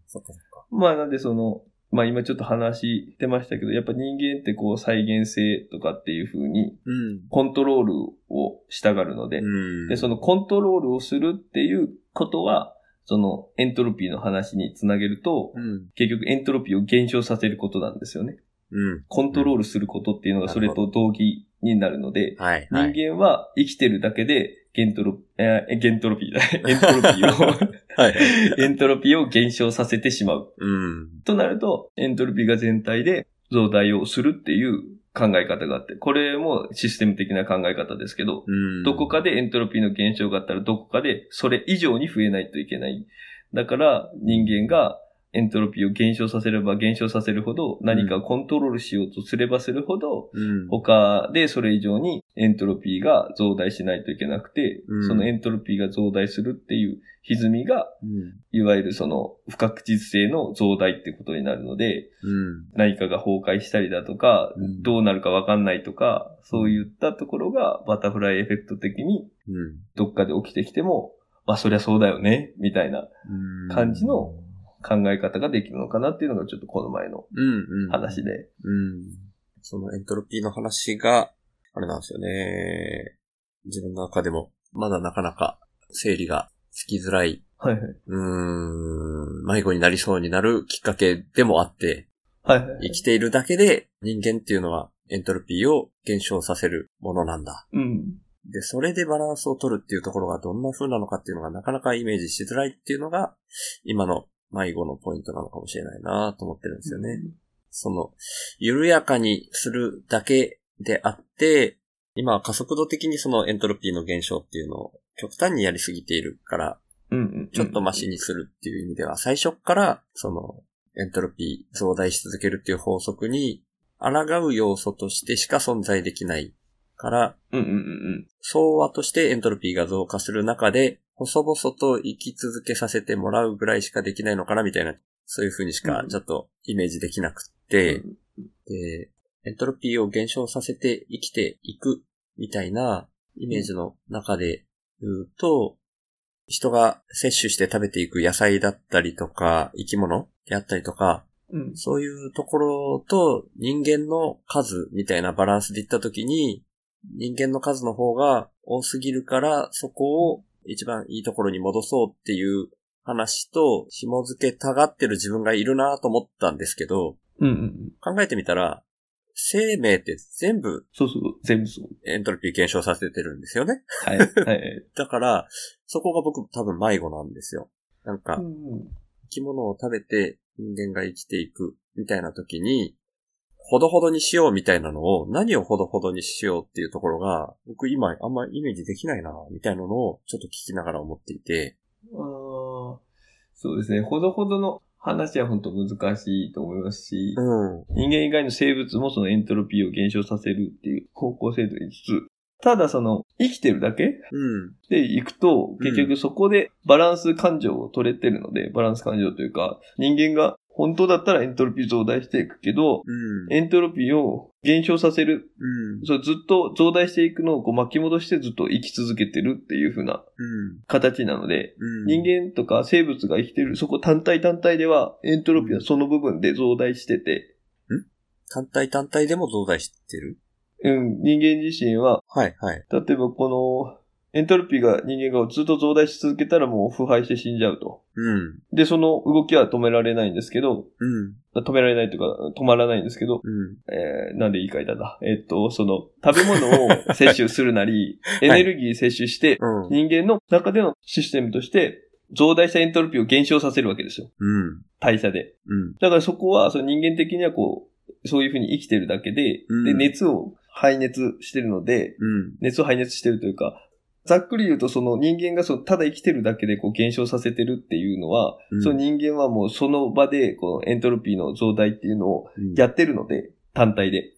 C: そっかそっか。
D: まあ、なんでその、まあ今ちょっと話してましたけど、やっぱ人間ってこう再現性とかっていうふうに
C: うん。
D: コントロールをしたがるので、
C: うん
D: で、そのコントロールをするっていうことは、そのエントロピーの話につなげると、
C: うん。
D: 結局エントロピーを減少させることなんですよね。
C: うん。
D: コントロールすることっていうのがそれと同義になるので、
C: はい。はい。
D: 人間は生きてるだけで、ゲントロ、えーゲントロピーじゃ ない、エントロピー
C: はい。
D: を、 エントロピーを減少させてしまう。
C: うん。
D: となると、エントロピーが全体で増大をするっていう考え方があって、これもシステム的な考え方ですけど、
C: うん。
D: どこかでエントロピーの減少があったら、どこかでそれ以上に増えないといけない。だから人間がエントロピーを減少させれば減少させるほど、何かコントロールしようとすればするほど、
C: うん。
D: 他でそれ以上にエントロピーが増大しないといけなくて、
C: うん
D: そのエントロピーが増大するっていう歪みが、
C: うん。
D: いわゆるその不確実性の増大ってことになるので、
C: うん。
D: 何かが崩壊したりだとか、
C: うん
D: どうなるかわかんないとか、そういったところがバタフライエフェクト的に
C: うん。
D: どっかで起きてきても、まあそりゃそうだよね、みたいな
C: うん
D: 感じの考え方ができるのかなっていうのがちょっとこの前の
C: うんうん。
D: 話で。
C: うん。そのエントロピーの話が、あれなんですよね。自分の中でも、まだなかなか整理がつきづらい、
D: はいはい。
C: うーん、迷子になりそうになるきっかけでもあって、
D: はいは
C: 生
D: い。
C: きているだけで人間っていうのはエントロピーを減少させるものなんだ。
D: うん。
C: で、それでバランスを取るっていうところがどんな風なのかっていうのがなかなかイメージしづらいっていうのが、今の迷子のポイントなのかもしれないなと思ってるんですよね。その、緩やかにするだけであって、今は加速度的にそのエントロピーの減少っていうのを極端にやりすぎているから、
D: うんうん。
C: ちょっとマシにするっていう意味では、最初から、その、エントロピー増大し続けるっていう法則に、抗う要素としてしか存在できないから、
D: うんうんうん
C: 総和としてエントロピーが増加する中で、細々と生き続けさせてもらうぐらいしかできないのかな、みたいな、そういう風にしか
D: うん
C: ちょっとイメージできなく
D: う
C: て、
D: ん。
C: で、エントロピーを減少させて生きていくみたいなイメージの中で言うと、人が摂取して食べていく野菜だったりとか、生き物であったりとか、
D: うん。
C: そういうところと人間の数みたいなバランスでいったときに、人間の数の方が多すぎるから、そこを一番いいところに戻そうっていう話と紐付けたがってる自分がいるなと思ったんですけど、
D: うんうん。
C: 考えてみたら、生命って全部
D: そうそう、全部そう。
C: エントロピー減少させてるんですよね。
D: はい。はい。
C: だから、そこが僕多分迷子なんですよ。なんか、生き物を食べて人間が生きていくみたいな時に、ほどほどにしようみたいなのを、何をほどほどにしようっていうところが、僕今あんまイメージできないな、みたいなのをちょっと聞きながら思っていて、
D: あーそうですね。ほどほどの話は本当難しいと思いますし、
C: うん、
D: 人間以外の生物もそのエントロピーを減少させるっていう方向性と言いつつ、ただその生きてるだけ
C: うん、
D: で行くと、
C: ん
D: 結局そこでバランス感情を取れてるので、バランス感情というか、人間が本当だったらエントロピー増大していくけど、
C: うん、
D: エントロピーを減少させる。
C: うん、
D: そうずっと増大していくのをこう巻き戻してずっと生き続けてるっていう風な
C: うん、
D: 形なので、
C: うん。
D: 人間とか生物が生きてる、そこ単体単体では、エントロピーはその部分で増大してて、
C: 単体単体でも増大してる
D: うん、人間自身は、
C: はい、はい。
D: 例えばこの、エントロピーが人間がずっと増大し続けたらもう腐敗して死んじゃうと。
C: うん、
D: で、その動きは止められないんですけど、
C: うん、
D: 止められないというか、止まらないんですけど、
C: うん、
D: えー、なんで言い換えたんだ。えっと、その、食べ物を摂取するな り、エネルギー摂取して、
C: うん、
D: 人間の中でのシステムとして、増大したエントロピーを減少させるわけですよ。
C: うん、
D: 代謝で。
C: うん、
D: だからそこは、その人間的にはこう、そういうふうに生きてるだけで、
C: うん
D: で、熱を排熱してるので、
C: うん、
D: 熱を排熱してるというか、ざっくり言うと、その人間がそのただ生きてるだけでこう減少させてるっていうのは、
C: うん
D: その人間はもうその場でこのエントロピーの増大っていうのを
C: うん。
D: やってるので、単体で。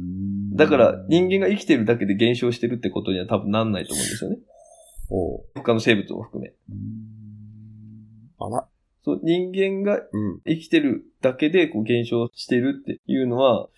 C: うん、
D: だから人間が生きてるだけで減少してるってことには多分なんないと思うんですよね。
C: おう
D: 他の生物も含め。
C: あら、
D: そう人間が
C: うん、
D: 生きてるだけでこう減少してるっていうのは、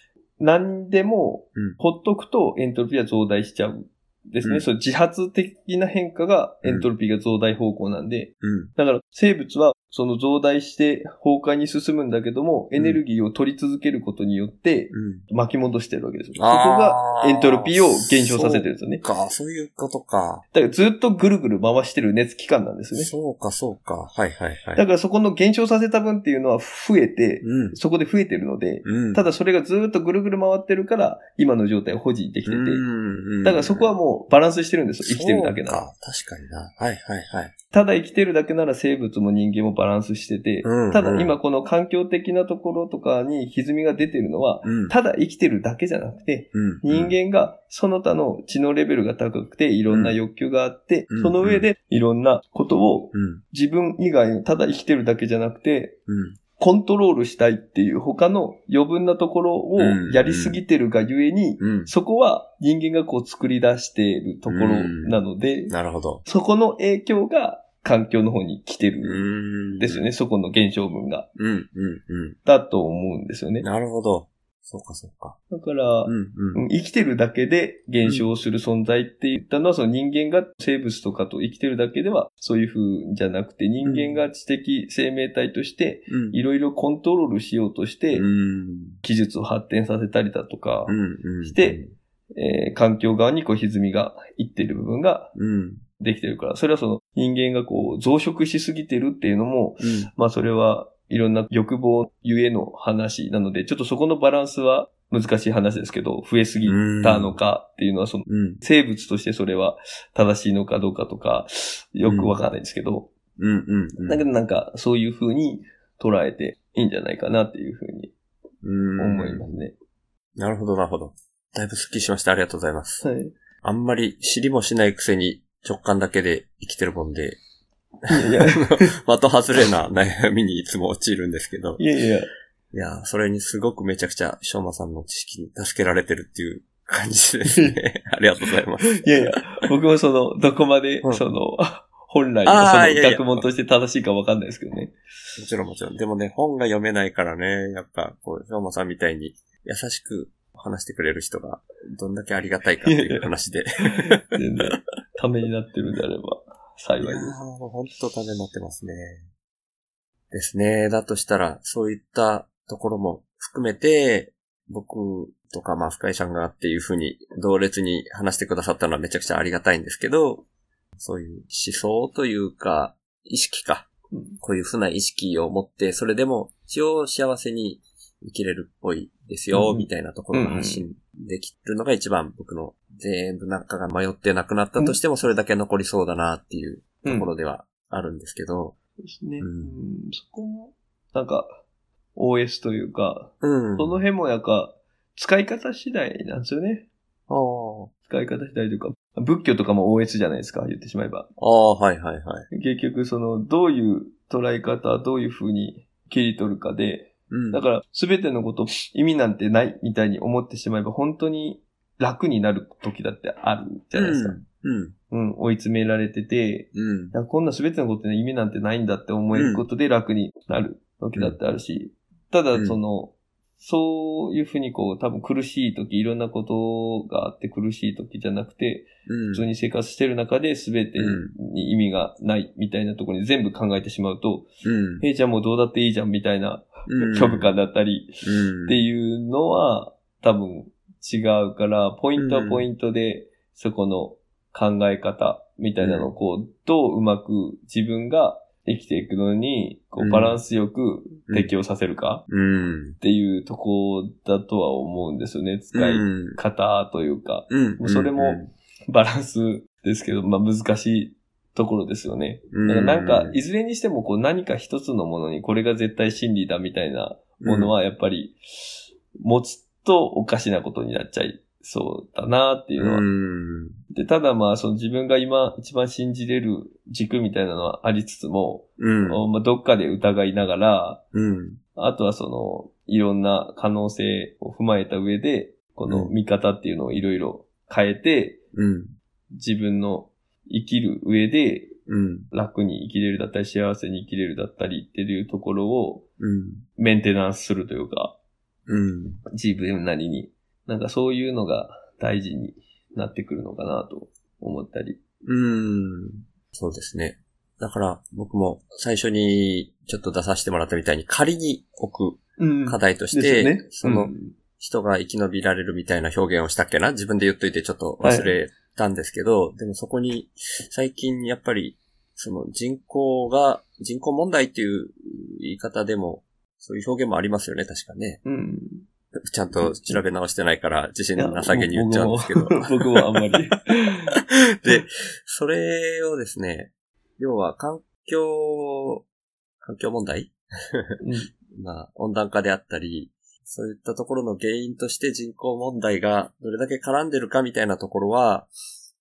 D: 何でも
C: うん
D: ほっとくとエントロピーは増大しちゃうんです
C: う
D: ね。
C: ん
D: そう自発的な変化がエントロピーが増大方向なんで、
C: うん、
D: だから生物はその増大して崩壊に進むんだけども、
C: ん
D: エネルギーを取り続けることによって
C: うん。
D: 巻き戻してるわけですよ。そこが
C: あー
D: エントロピーを減少させてるんですよね。
C: そうか、そういうことか。
D: だからずっとぐるぐる回してる熱期間なんですよね。
C: そうか、そうか。はいはいはい。
D: だからそこの減少させた分っていうのは増えて、
C: うん。
D: そこで増えてるので、
C: うん。
D: た
C: だ、
D: だそれがずーっとぐるぐる回ってるから、今の状態を保持できてて。
C: うん。
D: だからそこは
C: も
D: もうバランスしてるんですよ。生きてるだけなら。
C: 確かにな。はいはいはい。
D: ただ生きてるだけなら生物も人間もバランスしてて、
C: うん
D: ただ今この環境的なところとかに歪みが出てるのは、
C: うん。
D: ただ生きてるだけじゃなくて、
C: うん、
D: 人間がその他の知能レベルが高くていろんな欲求があって、
C: うん
D: その上でいろんなことを
C: うん。
D: 自分以外のただ生きてるだけじゃなくて、
C: うん。
D: コントロールしたいっていう他の余分なところをやりすぎてるがゆえに、
C: うん。
D: そこは人間がこう作り出しているところなので、
C: なるほど。
D: そこの影響が環境の方に来て
C: う
D: る
C: ーん。
D: んですよね、。そこの現象分が。
C: うん、うん、う
D: だと思うんですよね
C: ん。。なるほど。そうか、そうか。
D: だから、
C: うん、うん。
D: うん生きてるだけで現象をする存在って言ったのは、その人間が生物とかと生きてるだけではそういう風じゃなくて、人間が知的生命体として、
C: うん。
D: いろいろコントロールしようとして
C: う、ん。
D: 技術を発展させたりだとか
C: う、ん、うん。
D: して、えー環境側にこう歪みがいってる部分が
C: うん。
D: できてるから、それはその人間がこう増殖しすぎてるっていうのも、
C: うん。
D: まあそれはいろんな欲望ゆえの話なので、ちょっとそこのバランスは難しい話ですけど、増えすぎたのかっていうのはその
C: うん。
D: 生物としてそれは正しいのかどうかとか、よくわかんないんですけど、
C: うん、うん。
D: だけどなんかそういう風に捉えていいんじゃないかなっていう風に
C: うん。
D: 思いますね。
C: なるほど、なるほど。だいぶスッキリしました。ありがとうございます。
D: はい。
C: あんまり知りもしないくせに直感だけで生きてるもんで、
D: いやいや、
C: 的外れな悩みにいつも陥るんですけど、
D: いやいや、
C: いやー、それにすごくめちゃくちゃ、しょうまさんの知識に助けられてるっていう感じです ね。ありがとうございます。
D: いやいや、僕もその、どこまで
C: うん、
D: その、 本来の
C: あー
D: そ
C: いやいや
D: の学問として正しいかわかんないですけどね。
C: もちろんもちろん。でもね、本が読めないからね、やっぱ、こう、しょうまさんみたいに優しく話してくれる人が、どんだけありがたいかっていう話で。
D: 全然、 ためになってるんであれば、幸い
C: い
D: で
C: やー
D: す。
C: もう本当ダメになってますね。ですね。だとしたら、そういったところも含めて、僕とか、まあ、深井さんがっていうふうに、同列に話してくださったのはめちゃくちゃありがたいんですけど、そういう思想というか、意識か
D: うん。
C: こういうふうな意識を持って、それでも一応幸せに生きれるっぽいですよ、
D: うん
C: みたいなところが発信できるのが一番僕の全部なんかが迷ってなくなったとしてもそれだけ残りそうだなっていう
D: う
C: と
D: ん
C: ころではあるんですけど、
D: そうですね。
C: うん
D: うんそこも、なんか、OS というか、
C: うん。
D: その辺もなんか、使い方次第なんですよね。
C: あー
D: 使い方次第というか、仏教とかも OS じゃないですか、言ってしまえば。
C: あー、はいはいはい。
D: 結局、その、どういう捉え方、どういう風に切り取るかで、
C: うん。
D: だから、すべてのこと、意味なんてないみたいに思ってしまえば、本当に楽になる時だってあるじゃないですか。
C: うん。
D: うん、追い詰められてて、
C: うん
D: い。やこんな全てのことに意味なんてないんだって思えることで楽になる時だってあるし、た
C: う
D: だ
C: ん
D: その、そういうふうにこう、多分苦しい時、いろんなことがあって苦しい時じゃなくて、
C: うん。
D: 普通に生活してる中で全てに意味がないみたいなところに全部考えてしまうと、
C: うん。
D: えいちゃんもうどうだっていいじゃんみたいな
C: うん
D: 虚無感だったり
C: うん。
D: っていうのは多分違うから、ポイントはポイントで、そこの考え方みたいなのをこう、どううまく自分が生きていくのに、こ
C: う
D: うんバランスよく適応させるか
C: うん。
D: っていうとこだとは思うんですよね。使い
C: うん
D: 方というか、
C: うん。
D: それもバランスですけど、まあ難しいところですよね。
C: うん、
D: だ
C: う
D: から
C: ん
D: なんか、いずれにしてもこう何か一つのものにこれが絶対真理だみたいなものはやっぱり持つとおかしなことになっちゃいそうだなっていうのは。
C: うん。
D: で、ただまあその自分が今一番信じれる軸みたいなのはありつつも、
C: うん。
D: まあ、どっかで疑いながら、
C: うん。
D: あとはそのいろんな可能性を踏まえた上で、この見方っていうのをいろいろ変えて、
C: うん。
D: 自分の生きる上で
C: うん。
D: 楽に生きれるだったり幸せに生きれるだったりっていうところを
C: うん。
D: メンテナンスするというか、
C: うん。
D: 自分なりに。なんかそういうのが大事になってくるのかなと思ったり。
C: うん。そうですね。だから、僕も最初にちょっと出させてもらったみたいに、仮に置
D: うん
C: く課題とし
D: です
C: て、
D: よね。
C: そうの
D: ん
C: 人が生き延びられるみたいな表現をしたっけな自分で言っといてちょっと忘れたんですけど、でもそこに最近やっぱり、その人口が、人口問題っていう言い方でも、そういう表現もありますよね、確かね。
D: うん。
C: ちゃんと調べ直してないから、自信なさげに言っちゃうんですけど。
D: 僕も僕もあんま り。
C: で、それをですね、要は環境、環境問題
D: うん
C: まあ、温暖化であったり、そういったところの原因として人口問題がどれだけ絡んでるかみたいなところは、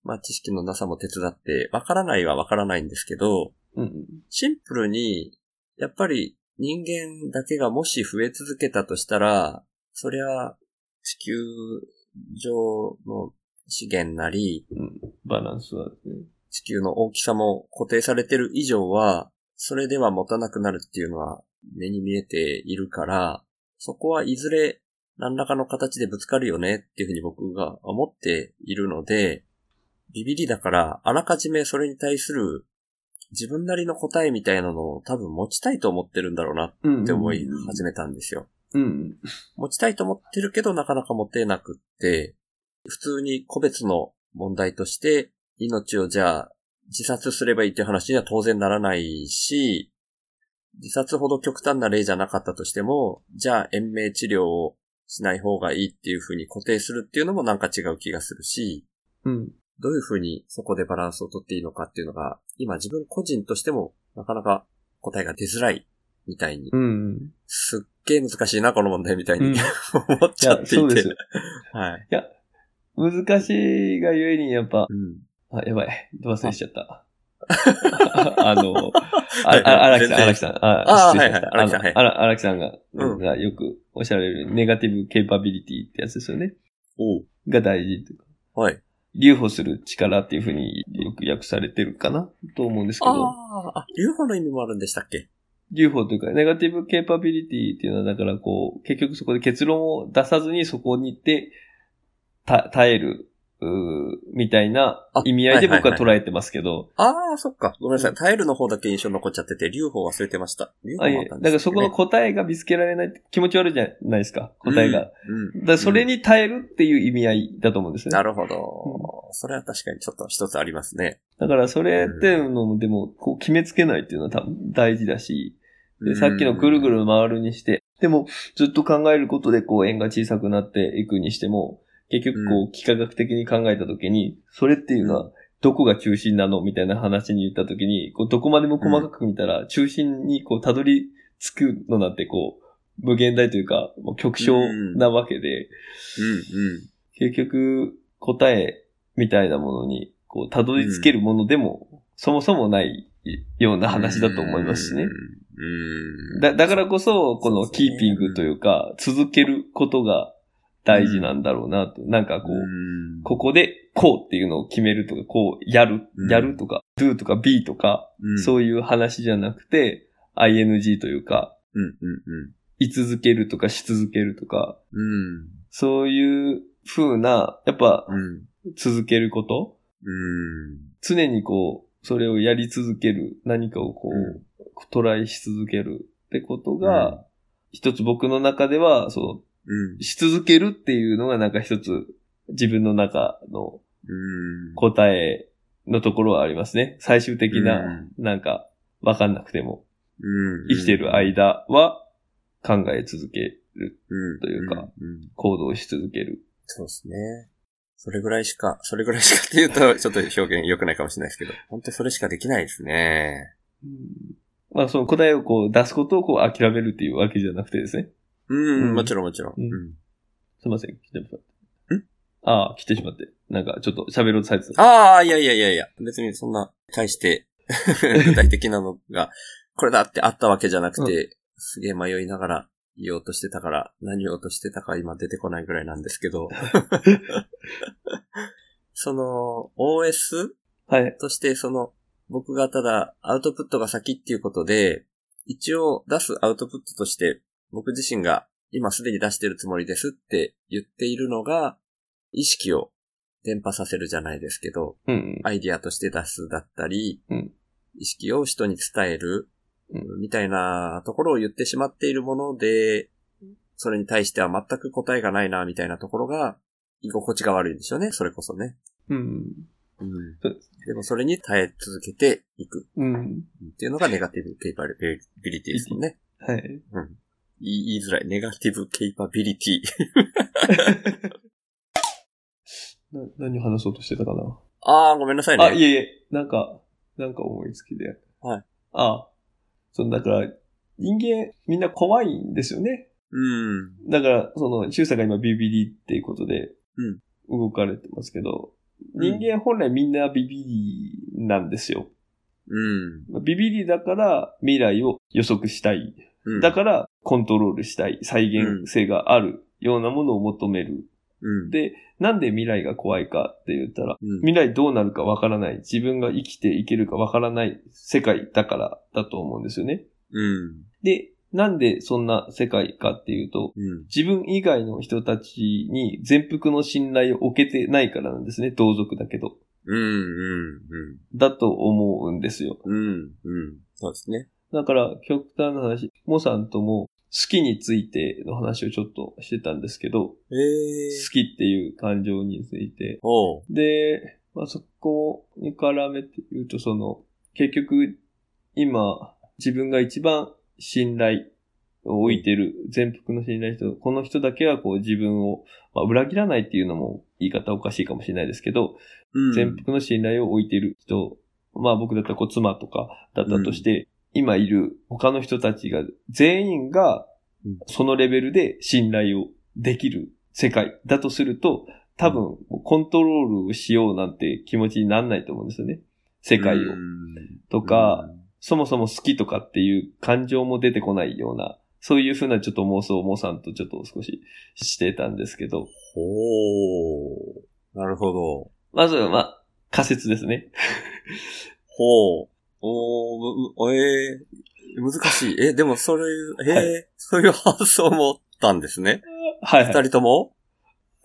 C: まあ知識のなさも手伝って、わからないはわからないんですけど、
D: うん。
C: シンプルに、やっぱり人間だけがもし増え続けたとしたら、そりゃ地球上の資源なり、
D: うんバランスはね。
C: 地球の大きさも固定されてる以上は、それでは持たなくなるっていうのは目に見えているから、そこはいずれ何らかの形でぶつかるよねっていうふうに僕が思っているので、ビビりだから、あらかじめそれに対する自分なりの答えみたいなのを多分持ちたいと思ってるんだろうな
D: うん
C: って思い始めたんですよ。
D: うん。
C: 持ちたいと思ってるけどなかなか持てなくって、普通に個別の問題として命をじゃあ自殺すればいいっていう話には当然ならないし、自殺ほど極端な例じゃなかったとしても、じゃあ延命治療をしない方がいいっていうふうに固定するっていうのもなんか違う気がするし、
D: うん。
C: どういうふうにそこでバランスをとっていいのかっていうのが、今自分個人としてもなかなか答えが出づらいみたいに、
D: うん。
C: すっげえ難しいな、この問題みたいに、
D: うん
C: 思っ
D: い
C: ちゃ
D: や
C: っ、て
D: そ
C: いうて
D: です。よ。
C: はい。
D: いや、難しいがゆえにやっぱ、
C: うん。
D: あ、やばい。忘れしちゃ った。あの、ああ荒木さ
C: 全然
D: ん、荒木さん。
C: あ
D: あ、失
C: は
D: 礼しました
C: いはい荒木さんはい
D: あの荒木さんが、
C: うん
D: がよくおっしゃられるネガティブケーパビリティってやつですよね。
C: おう。
D: が大事というか。
C: はい。
D: 留保する力っていうふうによく訳されてるかなと思うんですけど。
C: あ、あ、留保の意味もあるんでしたっけ
D: 留保というか、ネガティブケーパビリティっていうのは、だからこう、結局そこで結論を出さずにそこに行って、た、耐える、うーみたいな意味合いで
C: あはい
D: 僕
C: はい
D: は
C: はい
D: 捉えてますけど。
C: ああ、そっか。ごめんなさ
D: う
C: い。耐えるの方だけ印象残っちゃってて、留保忘れてました。留保
D: あい
C: もあ
D: え
C: ったん
D: だ
C: で
D: から
C: す
D: そ
C: けど
D: こ
C: ね
D: の答えが見つけられないって気持ち悪いじゃないですか、答えが。だか
C: うん。
D: らそれ
C: に、
D: に耐えるっていう意味合いだと思うんですね。
C: なるほど。それは確かにちょっと一つありますね。
D: だからそれっていうのも、でも、こう決めつけないっていうのは多分大事だし、で、さっきのぐるぐ
C: る。
D: る回るにして、でも、ずっと考えることで、こう、円が小さくなっていくにしても、結局、こう、幾何学的に考えたときに、それっていうのは、どこが中心なのみたいな話に言ったときに、こう、どこまでも細かく見たら、中心に、こう、たどり着くのなんて、こう、無限大というか、もう極小なわけで、結局、答えみたいなものに、こう、たどり着けるものでも、そもそもないような話だと思いますしね。だだからこそ、このキーピングというか、続けることが大事なんだろうなと。なんかこう、ここでこうっていうのを決めるとか、こうやる
C: う、ん
D: やるとか、do とか be とか、そういう話じゃなくて、ing というか、
C: うんうん
D: 居続けるとかし続けるとか、
C: うん。
D: そういう風な、やっぱ
C: うん。うん。
D: 続けること
C: うん。
D: 常にこう、それをやり続ける、何かをこう、トライし続けるってことが、
C: うん
D: 一つ僕の中では、そ
C: うん
D: う、し続けるっていうのがなんか一つ自分の中の
C: うん。
D: 答えのところはありますね。最終的
C: う
D: な、なんか、わかんなくても、
C: うん
D: 生きてる間は考え続ける、というか。
C: んんん
D: 行動し続ける。
C: そうですね。それぐらいしか、 それぐらいしかって言うと、ちょっと表現良くないかもしれないですけど、本当それしかできないですね。
D: まあその答えをこう出すことをこう諦めるっていうわけじゃなくてですね。
C: うん、
D: うん
C: もちろんもちろん。
D: う
C: うんん。
D: すいません、来てしまって。ああ、来てしまって。なんか、ちょっと喋ろうとされてた。
C: ああ、いやいやいやいや、別にそんな、大して、 具体的なのが、これだってあったわけじゃなくて、すげえ迷いながら言おうとしてたから、何を落としてたか今出てこないぐらいなんですけ ど、その、OS?
D: はい。
C: として、その、僕がただアウトプットが先っていうことで、一応出すアウトプットとして、僕自身が今すでに出してるつもりですって言っているのが、意識を伝播させるじゃないですけど、
D: うん。
C: アイディアとして出すだったり、
D: うん
C: 意識を人に伝える
D: う、
C: みたいなところを言ってしまっているもので、それに対しては全く答えがないな、みたいなところが、居心地が悪いんでしょうね、それこそね。
D: うん。
C: うん
D: そうで
C: でもそれに耐え続けていく
D: うん。
C: っていうのがネガティブケイパビリティですもんね。
D: はい。
C: 言い言いづらい。ネガティブケイパビリティ。
D: な、何を話そうとしてたかな。
C: あー、ごめんなさいね。
D: あ、いえいえ、なんか、なんか思いつきで。
C: はい。
D: ああ。その、だから、人間、みんな怖いんですよね。
C: うん。うん。
D: だから、その、シュウさんが今 BBD っていうことで、
C: うん
D: 動かれてますけど、
C: う
D: 人
C: ん
D: 間本来みんな BBD なんですよ。
C: うん
D: ビビリだから未来を予測したい。
C: うん。
D: だからコントロールしたい。再現性があるようなものを求める。
C: うん。
D: で、なんで未来が怖いかって言ったら、
C: うん、
D: 未来どうなるかわからない。自分が生きていけるかわからない世界だからだと思うんですよね。
C: うん。
D: で、なんでそんな世界かっていうと、
C: うん。
D: 自分以外の人たちに全幅の信頼を受けてないからなんですね。同族だけど。
C: うん。うん。
D: だと思うんですよ。
C: うん。うん。うん。そうですね。
D: だから、極端な話、モさんとも好きについての話をちょっとしてたんですけど、
C: え
D: 好きっていう感情について。
C: おう。
D: で、まあ、そこに絡めて言うと、その、結局、今、自分が一番信頼を置いてる、全幅の信頼人、この人だけはこう自分を、まあ、裏切らないっていうのも言い方おかしいかもしれないですけど、
C: うん。
D: 全幅の信頼を置いてる人、まあ僕だったらこう妻とかだったとして、今いる他の人たちが、全員が
C: うん
D: そのレベルで信頼をできる世界だとすると、多分コントロールしようなんて気持ちにならないと思うんですよね。世界を。
C: うん
D: とか、、そもそも好きとかっていう感情も出てこないような、そういうふうなちょっと妄想をモさんとちょっと少ししてたんですけど、
C: ほう。なるほど。
D: まずはまあ仮説ですね。
C: ほう。おー、むえー、難しい。え、でもそれ、えー
D: は
C: そういう発想もあったんですね。
D: はい、は
C: 二
D: い。
C: 人とも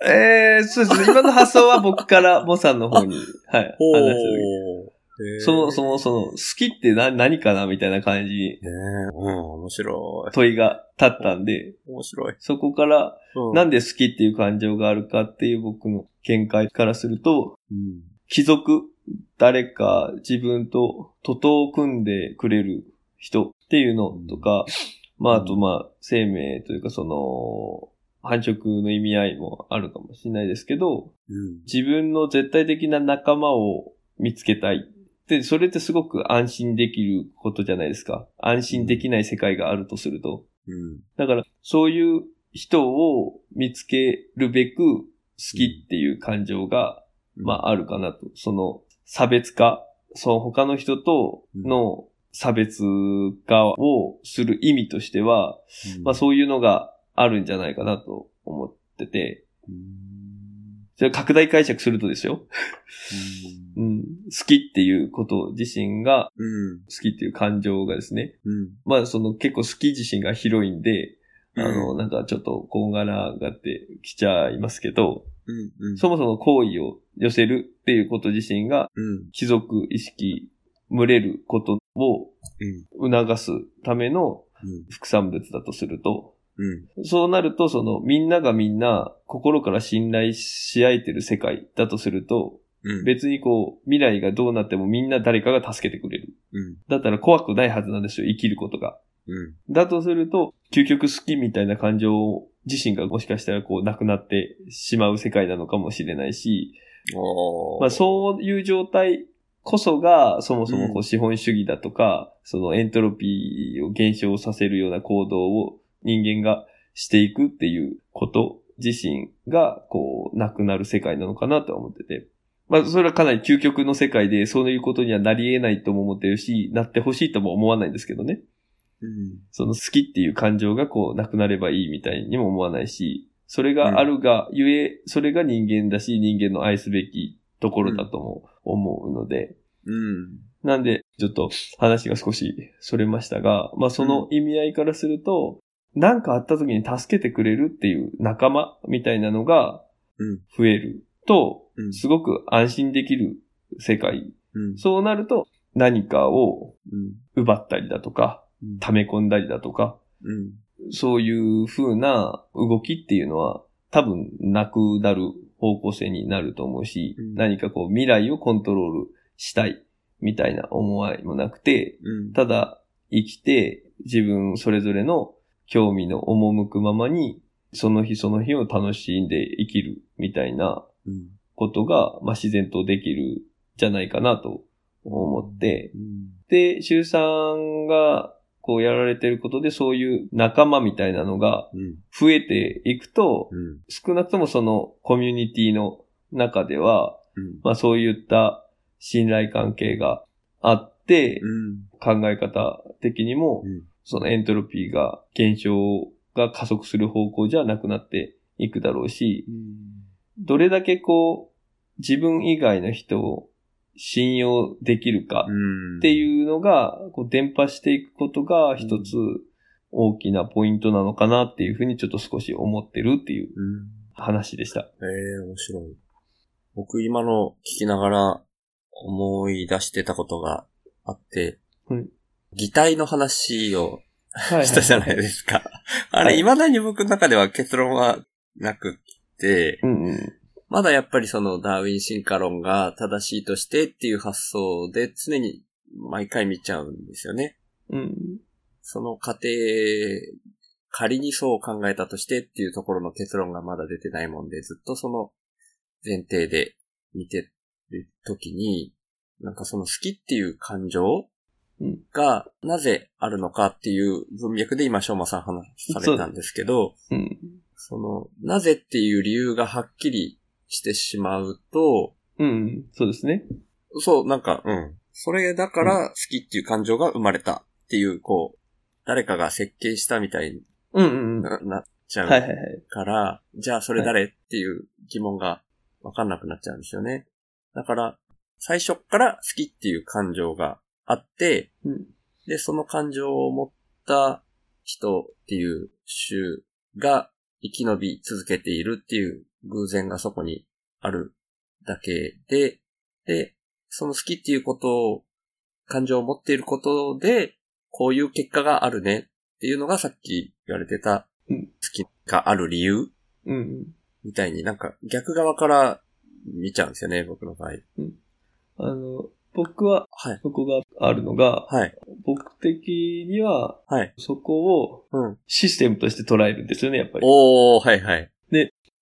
D: ええそうですね。今の発想は僕からモさんの 方に、はい、
C: ほう。
D: 話した時
C: えー
D: そもそもその、好きってな何かなみたいな感じに
C: ねえうん、面白
D: 問いが立ったんで、
C: い。面白い。
D: そこから、
C: う
D: なんんで好きっていう感情があるかっていう僕の見解からすると、
C: うん。
D: 貴族、誰か自分と徒党を組んでくれる人っていうのとか、まあ、あと、まあ、生命というか、その、繁殖の意味合いもあるかもしれないですけど、
C: うん。
D: 自分の絶対的な仲間を見つけたい。で、それってすごく安心できることじゃないですか。安心できない世界があるとすると。
C: うん。
D: だから、そういう人を見つけるべく、好きっていう感情が、まあ、あるかなと。その、差別化、その他の人との差別化をする意味としては、
C: うん、
D: まあ、そういうのがあるんじゃないかなと思ってて、
C: うん。
D: それ拡大解釈するとですよ。うん、好きっていうこと自身が、
C: うん。
D: 好きっていう感情がですね、
C: うん。
D: まあその結構好き自身が広いんで、あの、
C: うん
D: なんかちょっとこんがらがってきちゃいますけど、
C: うん。うん。
D: そもそも好意を寄せるっていうこと自身が、
C: うん。
D: 貴族意識、群れることを
C: うん。
D: 促すための
C: うん。
D: 副産物だとすると、
C: うん。
D: そうなると、その、みんながみんな心から信頼し合えてる世界だとすると、
C: うん。
D: 別にこう、未来がどうなってもみんな誰かが助けてくれる。
C: うん。
D: だったら怖くないはずなんですよ、生きることが。
C: うん。
D: だとすると、究極好きみたいな感情自身がもしかしたらこうなくなってしまう世界なのかもしれないし、
C: おー
D: まあそういう状態こそがそもそもこ
C: う
D: う資本主義だとか、そのエントロピーを減少させるような行動を人間がしていくっていうこと自身がこうなくなる世界なのかなとは思ってて。まあそれはかなり究極の世界でそういうことにはなり得ないとも思ってるし、なってほしいとも思わないんですけどね。
C: うん。
D: その好きっていう感情がこうなくなればいいみたいにも思わないし、それがあるがゆえ、それが人間だし、人間の愛すべきところだとも思うので、
C: うん。
D: なんで、ちょっと話が少しそれましたが、まあその意味合いからすると、なんかあった時に助けてくれるっていう仲間みたいなのが
C: うん
D: 増えると、
C: うん。
D: すごく安心できる世界。
C: うん。
D: そうなると、何かを
C: うん。
D: 奪ったりだとか、
C: うん
D: 溜め込んだりだとか、
C: うん。
D: そういう風な動きっていうのは多分なくなる方向性になると思うし、
C: うん
D: 何かこう未来をコントロールしたいみたいな思いもなくて、
C: うん。
D: ただ生きて自分それぞれの興味の赴くままにその日その日を楽しんで生きるみたいな
C: うん。
D: ことが、まあ、自然とできるんじゃないかなと思って、
C: うん。
D: で、周さんがこうやられてることでそういう仲間みたいなのが
C: うん。
D: 増えていくと、
C: うん。
D: 少なくともそのコミュニティの中では、
C: うん。
D: まあそういった信頼関係があって、
C: うん。
D: 考え方的にも
C: うん、
D: そのエントロピーが減少が加速する方向じゃなくなっていくだろうし、どれだけこう、自分以外の人を信用できるか
C: うん。
D: って
C: う。
D: いうのが、こう、伝播していくことが一つ大きなポイントなのかなっていうふうにちょっと少し思ってるっていう
C: うん。
D: 話でした。
C: ええ面白い。僕今の聞きながら思い出してたことがあって、
D: はい
C: 擬態の話を
D: は
C: したじゃないですか。あ
D: は
C: れ、
D: い
C: 未だに僕の中では結論はなくって、
D: うんうん。
C: まだやっぱりそのダーウィン進化論が正しいとしてっていう発想で常に毎回見ちゃうんですよね。
D: うん。
C: その過程、仮にそう考えたとしてっていうところの結論がまだ出てないもんで、ずっとその前提で見てるときに、なんかその好きっていう感情
D: うん
C: がなぜあるのかっていう文脈で今、翔馬さん話されたんですけど、
D: うん。
C: その、なぜっていう理由がはっきりしてしまうと、
D: うん。そうですね。
C: そう、なんか、うん。それだから好きっていう感情が生まれたっていう、こう、誰かが設計したみたいに
D: うんうんうん。は
C: ななっちゃ
D: いはいうはい。
C: から、じゃあそれ誰、っていう疑問がわかんなくなっちゃうんですよね。だから、最初っから好きっていう感情があって、
D: うん
C: で、その感情を持った人っていう種が生き延び続けているっていう偶然がそこにあるだけで、で、その好きっていうことを、感情を持っていることで、こういう結果があるねっていうのがさっき言われてた、
D: う
C: 好
D: ん
C: きがある理由
D: うん。
C: みたいになんか逆側から見ちゃうんですよね、僕の場合。
D: あの、僕は、
C: はい。
D: そこがあるのが、
C: はい。
D: 僕的には、
C: はい。
D: そこを
C: うん。
D: システムとして捉えるんですよね、やっぱり。
C: おー、はいはい。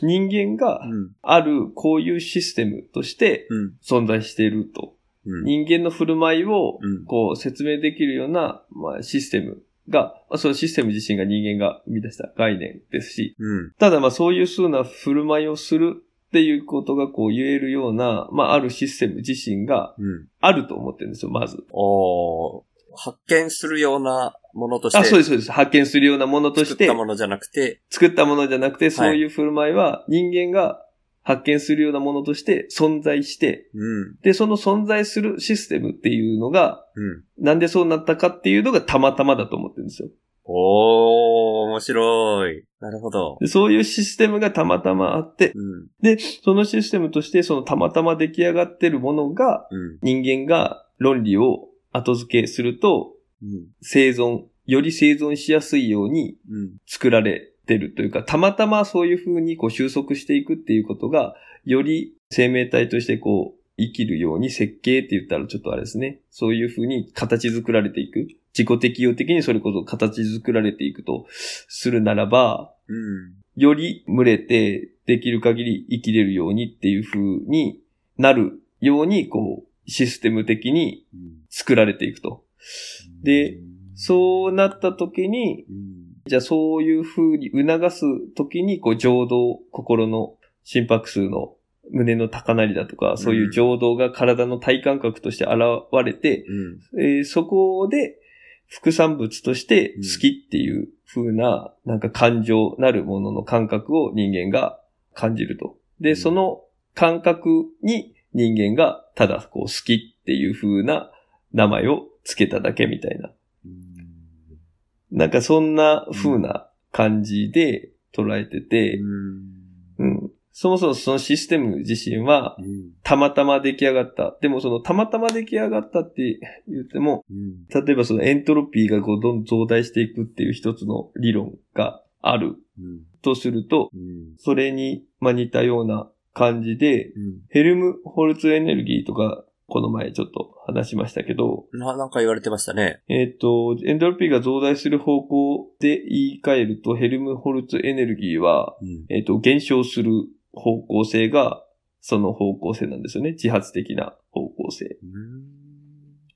D: 人間が
C: うん。
D: あるこういうシステムとして
C: うん。
D: 存在していると。
C: うん。
D: 人間の振る舞いを
C: うん
D: こう説明できるような、まあ、システムが、まあ、そのシステム自身が人間が生み出した概念ですし、
C: うん。
D: ただまあそういう風な振る舞いをするっていうことがこう言えるような、まああるシステム自身が
C: うん。
D: あると思ってるんですよ、まず。
C: おー、発見するようなものとして。
D: あ、そうです、そうです。発見するようなものとし
C: 作ってた、ものじゃなくて、
D: 作ったものじゃなくて、そういう振る舞いは人間が発見するようなものとして存在して、
C: うん。
D: で、その存在するシステムっていうのが、
C: うん。
D: なんでそうなったかっていうのがたまたまだと思ってるんですよ。
C: おー、面白い。なるほど。
D: でそういうシステムがたまたまあって、
C: うん。
D: で、そのシステムとしてそのたまたま出来上がってるものが、
C: うん。
D: 人間が論理を後付けすると、
C: うん。
D: 生存、より生存しやすいように
C: うん。
D: 作られてるというか、たまたまそういう風にこう収束していくっていうことが、より生命体としてこう、生きるように設計って言ったらちょっとあれですね。そういう風に形作られていく。自己適用的にそれこそ形作られていくとするならば、
C: うん。
D: より群れてできる限り生きれるようにっていう風になるように、こう、システム的に
C: うん
D: 作られていくと。で、そうなった時に、
C: うん。
D: じゃあそういう風に促すときに、こう、情動、心の心拍数の胸の高鳴りだとか、そういう情動が体の体感覚として現れて、
C: うん。
D: えーそこで副産物として好きっていう風な、なんか感情なるものの感覚を人間が感じると。
C: う
D: で、
C: ん
D: その感覚に人間がただこう好きっていう風な名前を付けただけみたいな。なんかそんな風な感じで捉えてて、うん。そもそもそのシステム自身は
C: うん。
D: たまたま出来上がった。でもそのたまたま出来上がったって言っても、
C: うん。
D: 例えばそのエントロピーがこうどんどん増大していくっていう一つの理論がある
C: うん。
D: とすると、
C: うん。
D: それにまあ似たような感じで、ヘルムホルツエネルギーとか、この前ちょっと話しましたけど、
C: な、なんか言われてましたね。
D: えっ、と、エントロピーが増大する方向で言い換えると、ヘルムホルツエネルギーは、
C: うん。
D: えっ、と、減少する方向性が、その方向性なんですよね。自発的な方向性。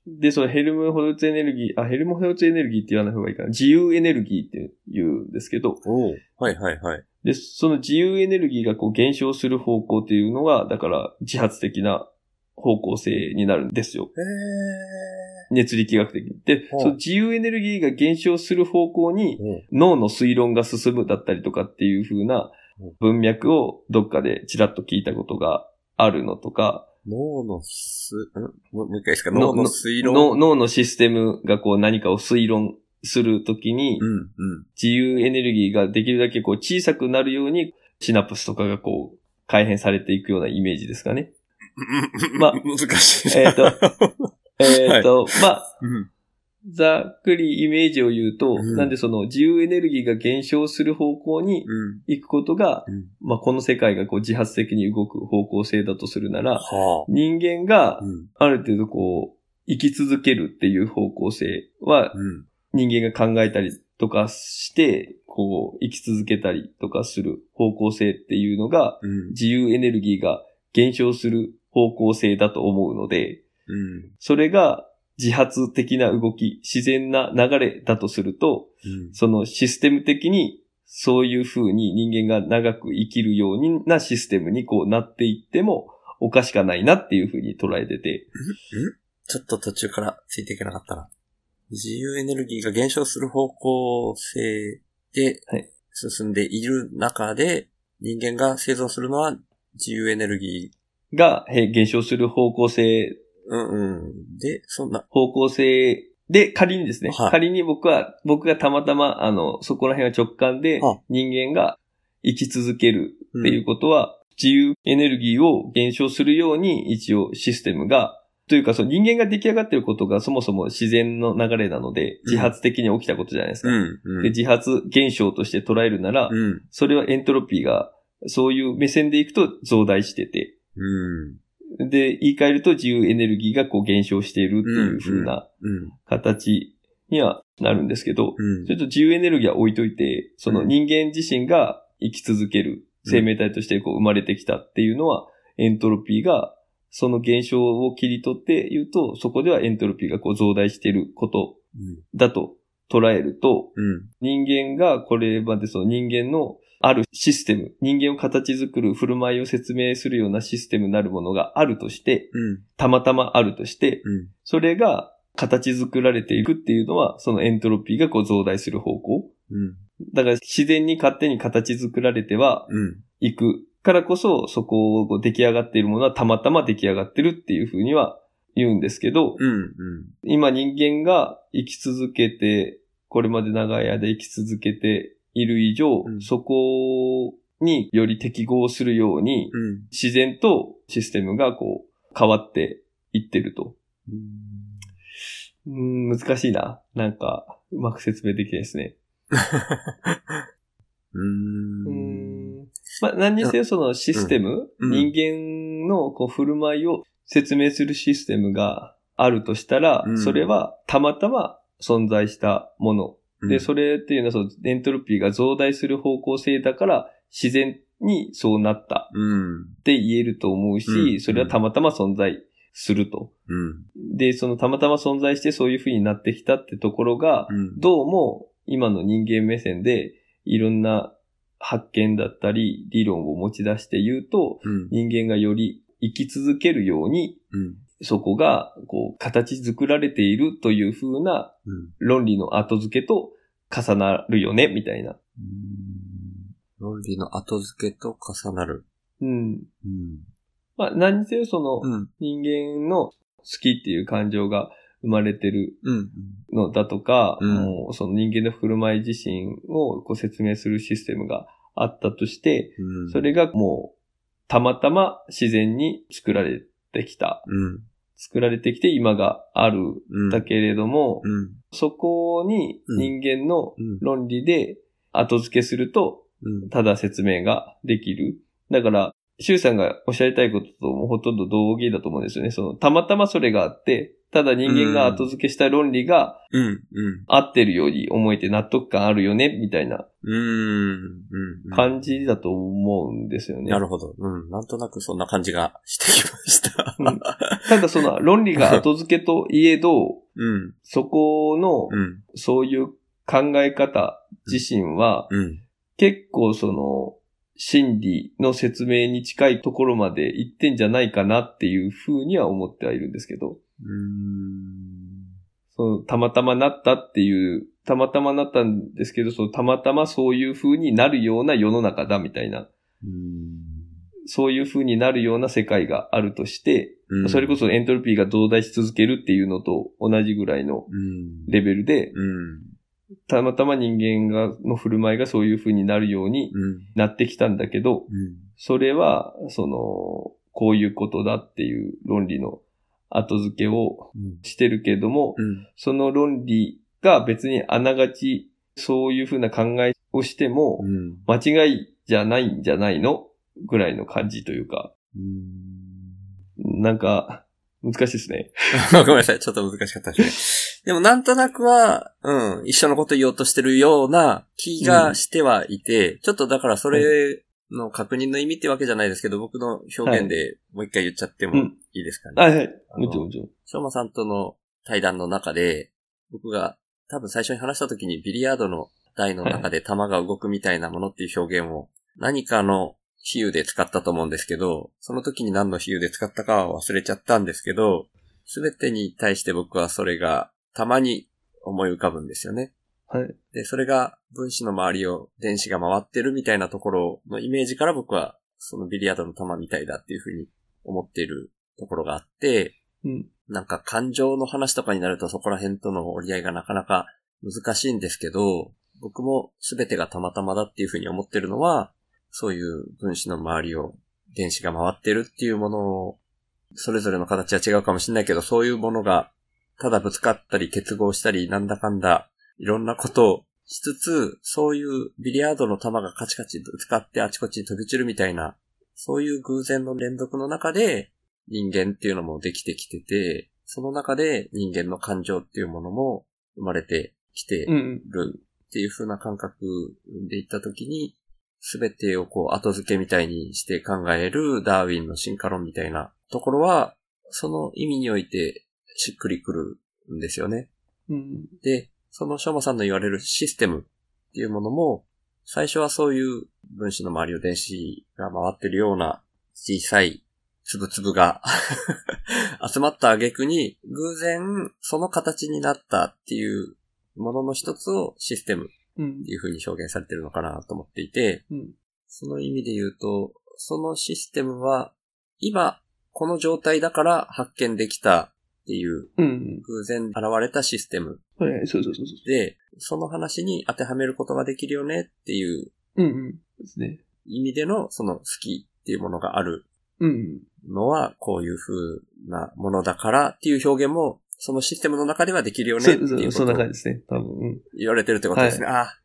D: で、そのヘルムホルツエネルギー、あ、ヘルムホルツエネルギーって言わない方がいいかな。自由エネルギーって言うんですけど、
C: おうはいはいはい。
D: で、その自由エネルギーがこう減少する方向っていうのが、だから自発的な方向性になるんですよ。
C: へ
D: 熱力学的に。で、
C: ほう
D: その自由エネルギーが減少する方向に
C: ー。、お
D: 脳の推論が進むだったりとかっていう風な文脈をどっかでちらっと聞いたことがあるのとか、
C: 脳のす、んもうもう一回いいですか
D: の
C: 脳の推論。
D: 脳脳のシステムがこう何かを推論するときに
C: う、ん、うん。
D: 自由エネルギーができるだけこう小さくなるようにシナプスとかがこう改変されていくようなイメージですかね。まあ
C: 難しいな。
D: えっとえっと、まあ、
C: うん。
D: ざっくりイメージを言うと、
C: うん
D: なんでその自由エネルギーが減少する方向に
C: うん。
D: 行くことが、
C: うん
D: まあ、この世界がこう自発的に動く方向性だとするなら、
C: は
D: 人間
C: あ。
D: が
C: うん。
D: ある程度こう、生き続けるっていう方向性は
C: うん。
D: 人間が考えたりとかして、こう、生き続けたりとかする方向性っていうのが、
C: うん。
D: 自由エネルギーが減少する方向性だと思うので、
C: うん。
D: それが自発的な動き、自然な流れだとすると、
C: うん。
D: そのシステム的にそういう風に人間が長く生きるようなシステムにこうなっていってもおかしかないなっていう風に捉えてて、
C: ちょっと途中からついていけなかったな。自由エネルギーが減少する方向性で
D: はい
C: 進んでいる中で、人間が生存するのは自由エネルギー。
D: がへ減少する方向性、
C: うんうん。で、そんな、
D: 方向性で仮にですね、
C: はい
D: 仮に僕は、僕がたまたまあの、そこら辺は直感で
C: は
D: 人間が生き続ける
C: うん
D: っていうことは、自由エネルギーを減少するように一応システムが、というかその人間が出来上がってることがそもそも自然の流れなので、自発的に起きたことじゃないですか。
C: うん、う
D: で
C: ん。
D: 自発現象として捉えるなら、
C: うん。
D: それはエントロピーが、そういう目線でいくと増大してて、
C: うん。
D: で、言い換えると自由エネルギーがこう減少しているっていう風な
C: うん。
D: 形にはなるんですけど、
C: うん
D: ちょっと自由エネルギーは置いといて、その人間自身が生き続ける
C: うん
D: 生命体としてこう生まれてきたっていうのは、エントロピーが、その現象を切り取って言うと、そこではエントロピーがこう増大していること
C: うん。
D: だと捉えると、
C: うん。
D: 人間がこれまでその人間のあるシステム、人間を形作る振る舞いを説明するようなシステムなるものがあるとして、
C: うん。
D: たまたまあるとして、
C: うん。
D: それが形作られていくっていうのは、そのエントロピーがこう増大する方向。
C: うん。
D: だから自然に勝手に形作られては
C: うん。
D: いくからこそ、そこをこう出来上がっているものはたまたま出来上がってるっていうふうには言うんですけど、
C: うん。
D: 今人間が生き続けて、これまで長い間生き続けている以上、
C: うん
D: そこにより適合するように、
C: うん。
D: 自然とシステムがこう変わっていってると。うーん、難しいな。なんか、うまく説明できないですね。うー
C: うん。
D: ん。まあ、何にせよそのシステム、
C: うんうん
D: 人間のこう振る舞いを説明するシステムがあるとしたら、
C: うん
D: それはたまたま存在したもの
C: うん。
D: で、それっていうのはそのエントロピーが増大する方向性だから自然にそうなった
C: うん。
D: って言えると思うし、
C: うん
D: それはたまたま存在すると。
C: うん。
D: で、そのたまたま存在してそういう風になってきたってところが、
C: うん。
D: どうも今の人間目線でいろんな発見だったり理論を持ち出して言うと、
C: うん。
D: 人間がより生き続けるように、
C: うん。
D: そこがこう形作られているという風な
C: うん。
D: 論理の後付けと重なるよね、みたいな。
C: 論理の後付けと重なる。
D: うん。
C: うん。
D: まあ、何にせよその
C: うん。
D: 人間の好きっていう感情が生まれてる
C: うん。
D: のだとか、
C: うん
D: もうその人間の振る舞い自身をこう説明するシステムがあったとして、
C: うん。
D: それがもうたまたま自然に作られてきた。
C: うん。
D: 作られてきて今がある
C: うん。
D: だけれども、
C: うん。
D: そこに人間の
C: うん。
D: 論理で後付けすると
C: うん。
D: ただ説明ができる。だから、シュウさんがおっしゃりたいことともほとんど同義だと思うんですよね。その、たまたまそれがあって、ただ人間が後付けした論理が
C: うん。うん。
D: 合ってるように思えて納得感あるよね、みたいな
C: うん。うん。
D: 感じだと思うんですよね。
C: なるほど。うん。なんとなくそんな感じがしてきました。
D: うんただその論理が後付けといえど、
C: うん。
D: そこの
C: うん。
D: そういう考え方自身は
C: うん。
D: 結構その心理の説明に近いところまで行ってんじゃないかなっていうふうには思ってはいるんですけど、
C: うん。
D: そのたまたまなったっていう、たまたまなったんですけど、そのたまたまそういう風になるような世の中だみたいな、そういう風になるような世界があるとして、
C: うん。
D: それこそエントロピーが増大し続けるっていうのと同じぐらいの
C: うん。
D: レベルで、
C: うん。
D: たまたま人間が、の振る舞いがそういう風になるように
C: うん。
D: なってきたんだけ
C: う
D: ど、
C: ん。
D: それは、その、こういうことだっていう論理の後付けを
C: うん。
D: してるけれども、
C: うん。
D: その論理が別にあながち、そういうふうな考えをしても、
C: うん。
D: 間違いじゃないんじゃないのぐらいの感じというか、なんか、難しいですね。
C: ごめんなさい。ちょっと難しかったですね。でもなんとなくは、うん、一緒のこと言おうとしてるような気がしてはいて、ちょっとだからそれの確認の意味ってわけじゃないですけど、僕の表現でもう一回言っちゃってもいいですかね。
D: はいはい。もちろんもちろん。
C: しょうまさんとの対談の中で、僕が多分最初に話した時にビリヤードの台の中で弾が動くみたいなものっていう表現を何かの比喩で使ったと思うんですけど、その時に何の比喩で使ったかは忘れちゃったんですけど、すべてに対して僕はそれがたまに思い浮かぶんですよね。
D: はい。
C: で、それが分子の周りを電子が回ってるみたいなところのイメージから僕はそのビリヤードの弾みたいだっていうふうに思っているところがあって、
D: うん。
C: なんか感情の話とかになるとそこら辺との折り合いがなかなか難しいんですけど、僕も全てがたまたまだっていうふうに思ってるのは、そういう分子の周りを電子が回ってるっていうものを、それぞれの形は違うかもしれないけど、そういうものがただぶつかったり結合したりなんだかんだいろんなことをしつつ、そういうビリヤードの玉がカチカチぶつかってあちこちに飛び散るみたいな、そういう偶然の連続の中で、人間っていうのもできてきてて、その中で人間の感情っていうものも生まれてきて
D: うんうん。
C: るっていう風な感覚でいったときに、すべてをこう後付けみたいにして考えるダーウィンの進化論みたいなところは、その意味においてしっくりくるんですよね。
D: うん。
C: で、そのしょもさんの言われるシステムっていうものも、最初はそういう分子の周りを電子が回ってるような小さい粒々が 集まった挙句に、偶然その形になったっていうものの一つをシステム
D: うん
C: って。いう風に表現されてるのかなと思っていて、
D: うん
C: その意味で言うと、そのシステムは今この状態だから発見できたっていう
D: うん。
C: 偶然現れたシステム
D: はいはい、そうそうそうそ
C: で、その話に当てはめることができるよねっていう
D: う。うんうん。ですね。
C: 意味でのその好きっていうものがある
D: うん。
C: のはこういう風なものだからっていう表現もそのシステムの中ではできるよね
D: そ
C: って
D: うそ、
C: いうう
D: そ
C: こ
D: ん
C: と
D: な
C: を
D: 感じですね。多分。
C: 言われてるってことですね。ああ、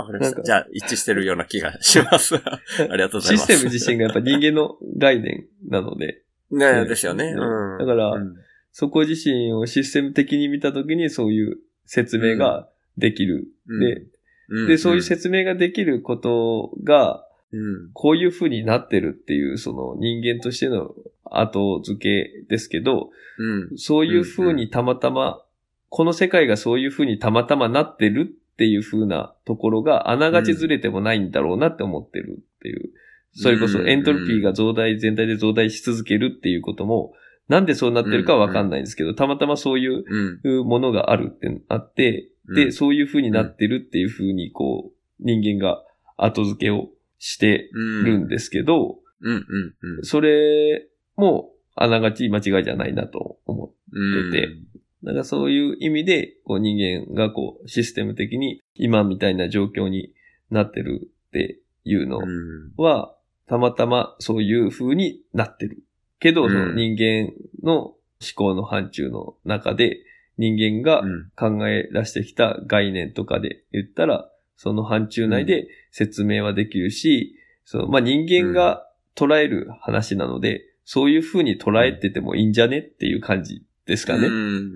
C: わかりまし
D: なん
C: た。
D: か
C: じゃあ一致してるような気がし ます。ありがとうござい
D: シ
C: ま
D: ス
C: す。
D: テム自身がやっぱ人間の概念な ので、
C: ねですよね。
D: ね
C: うん。
D: だから
C: うん
D: そこ自身をシステム的に見たときにそういう説明ができる。で、
C: うん
D: で、そういう説明ができることが、
C: うん。
D: こういう風になってるっていう、その人間としての後付けですけど、
C: うん。
D: そういう風にたまたま、この世界がそういう風にたまたまなってるっていう風なところが、あながちずれてもないんだろうなって思ってるっていう。それこそエントロピーが増大、全体で増大し続けるっていうことも、なんでそうなってるかわかんないんですけど、たまたまそういう
C: うん。
D: ものがあるってあって、
C: う
D: で、
C: ん
D: そういう風になってるっていう風に、こう、人間が後付けをして
C: うん。
D: るんですけど、
C: うん。うん。うん。
D: それも、あながち間違いじゃないなと思って
C: うん。
D: 出てなんかそういう意味で、こう人間がこうシステム的に今みたいな状況になってるっていうの
C: うん。
D: は、たまたまそういう風になってる。け
C: う
D: ど、
C: ん
D: その人間の思考の範疇の中で、人間が
C: うん。
D: 考え出してきた概念とかで言ったら、その範疇内で説明はできるし、そのまあ、人間が捉える話なので、そういう風に捉えててもいいんじゃねっていう感じですかね。
C: うん。うん。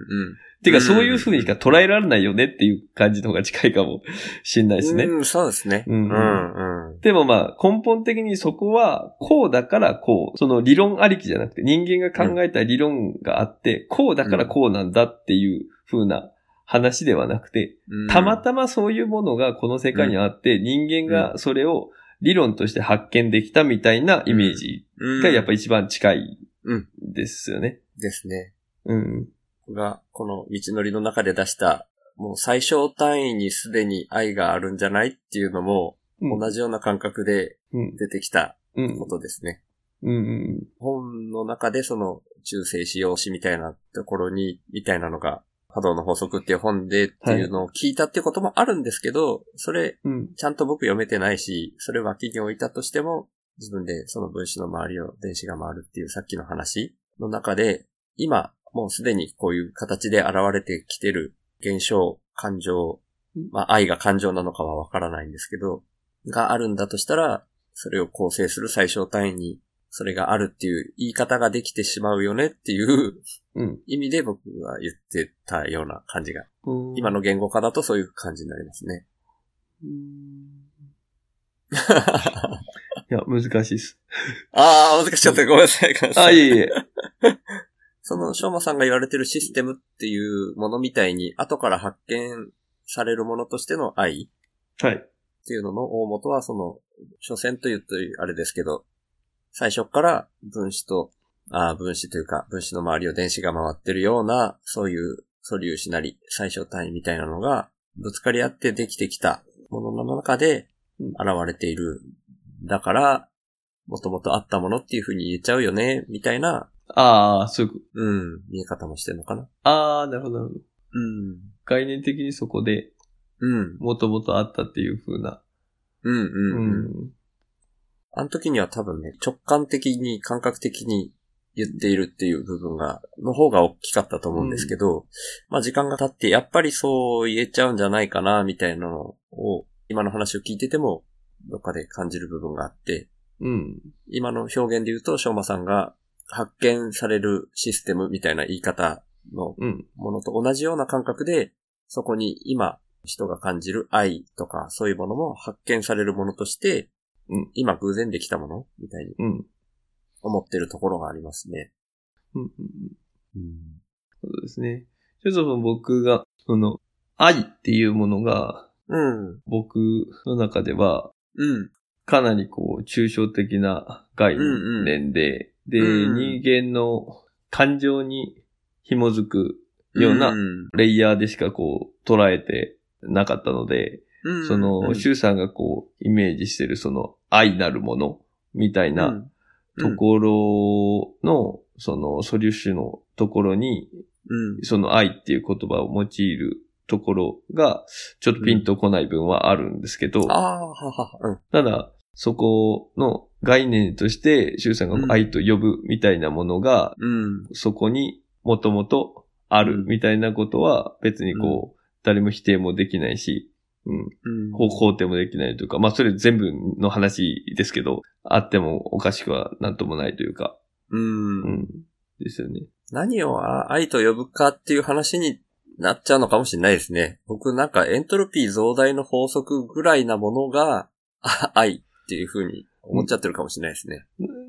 D: てか、そういう風にしか捉えられないよねっていう感じの方が近いか もしんないですね。
C: うん、そうですね。
D: うん
C: うん。うん。
D: でもまあ、根本的にそこは、こうだからこう、その理論ありきじゃなくて、人間が考えた理論があって、こうだからこうなんだっていう風な話ではなくて、たまたまそういうものがこの世界にあって、人間がそれを理論として発見できたみたいなイメージ
C: ま
D: がやっぱ
C: り。
D: 一番近い
C: うん
D: ですよね。
C: ですね。
D: うん。
C: が、この道のりの中で出した、もう最小単位にすでに愛があるんじゃないっていうのも、
D: うん
C: 同じような感覚で
D: うん。
C: 出てきた
D: うん
C: こ。とですね。
D: うん。
C: 本の中でその中性子用紙みたいなところに、みたいなのが、波動の法則っていう本でっていうのを聞いたっていうこともあるんですけど、それ
D: うん。
C: ちゃんと僕読めてないし、それ脇に置いたとしても、自分でその分子の周りを電子が回るっていうさっきの話の中で、今、もうすでにこういう形で現れてきてる現象、感情
D: うん、
C: まあ愛が感情なのかはわからないんですけど、があるんだとしたら、それを構成する最小単位に、それがあるっていう言い方ができてしまうよねっていう
D: うん。
C: 意味で僕は言ってたような感じが、
D: うん
C: 今の言語化だとそういう感じになりますね。
D: うんいや、難しいです。
C: ああ、難しかった。ごめんなさい。ごめんなさ
D: あ、いえいえ。
C: その、しょうまさんが言われてるシステムっていうものみたいに、後から発見されるものとしての愛
D: はい。
C: っていうのの大元は、その、所詮というと、あれですけど、最初から分子と、あー分子というか、分子の周りを電子が回ってるような、そういう素粒子なり、最小単位みたいなのが、ぶつかり合ってできてきたものの中で、
D: うん
C: 現れている。だから、もともとあったものっていうふうに言えちゃうよね、みたいな、
D: ああ、そういうこ
C: うん、見え方もしてるのかな。
D: と。ああ、なるほど、なるほど。
C: うん。
D: 概念的にそこで、
C: うん。
D: もともとあったっていう風な。
C: うんう
D: う
C: んうん。
D: ん。
C: あの時には多分ね、直感的に感覚的に言っているっていう部分が、の方が大きかったと思うんですけど、まあ時間が経ってやっぱりそう言えちゃうんじゃないかな、みたいなのを、今の話を聞いてても、どっかで感じる部分があって、
D: うん。
C: 今の表現で言うと、しょうまさんが発見されるシステムみたいな言い方の
D: うん。
C: ものと同じような感覚で、そこに今人が感じる愛とかそういうものも発見されるものとして、
D: うん
C: 今偶然できたものみたいに
D: うん。
C: 思ってるところがありますね。
D: うん。うん
A: Mm.
D: そうですね。ちょっとその僕が、その、愛っていうものが、
C: うん。うん。
D: 僕の中では、
C: うん。
D: かなりこう、抽象的な概念で、
C: うん
D: で、人間の感情に紐づくような
C: うん
D: レイヤーでしかこう、捉えてなかったので、
C: うん
D: そ
C: うん
D: の、シュウさんがこう、イメージしてるその、愛なるもの、みたいな、
C: うん
D: ところの、その、ソリュッシュのところに、
C: うん。
D: その愛っていう言葉を用いるところが、ちょっとピンとこない分はあるんですけど、
C: ああ、はは、うん。
D: ただ、そこの概念として、シュウさん
C: うん
D: が愛と呼ぶみたいなものが、
C: うん。
D: そこにもともとあるみたいなことは、別にこう、誰も否定もできないし、うん、
C: うん。
D: 方肯定もできないというか、まあそれ全部の話ですけど、あってもおかしくはなんともないというか、
C: うん
D: う。ん、ですよね。
C: 何をあ愛と呼ぶかっていう話になっちゃうのかもしれないですね。僕なんかエントロピー増大の法則ぐらいなものが、 あ愛っていう風に思っちゃってるかもしれないですね。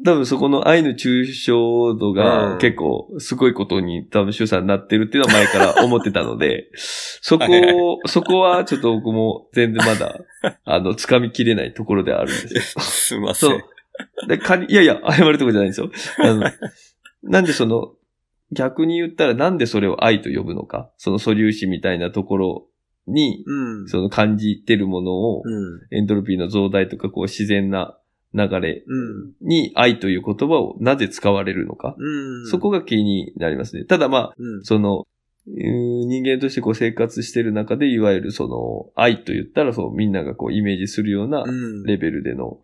D: 多分そこの愛の抽象度
C: うん
D: が結構すごいことに多分周さんになってるっていうのは前から思ってた ので、そこ
C: はいはい
D: を、そこはちょっと僕も全然まだ、あの、掴みきれないところではあるんですよ。
C: すいません。
D: そう。で、仮にいやいや、謝るとこじゃないんですよ。あ の、なんでその、逆に言ったらなんでそれを愛と呼ぶのか、その素粒子みたいなところに、
C: うん。
D: その感じてるものを、
C: うん。
D: エントロピーの増大とかこう自然な流れ
C: うん。
D: に愛という言葉をなぜ使われるのか。
C: うん。
D: そこが気になりますね。ただまあ、
C: うん。
D: その、うー人間としてこう生活してる中で、いわゆるその、愛と言ったらそう、みんながこうイメージするような
C: うん。
D: レベルでの、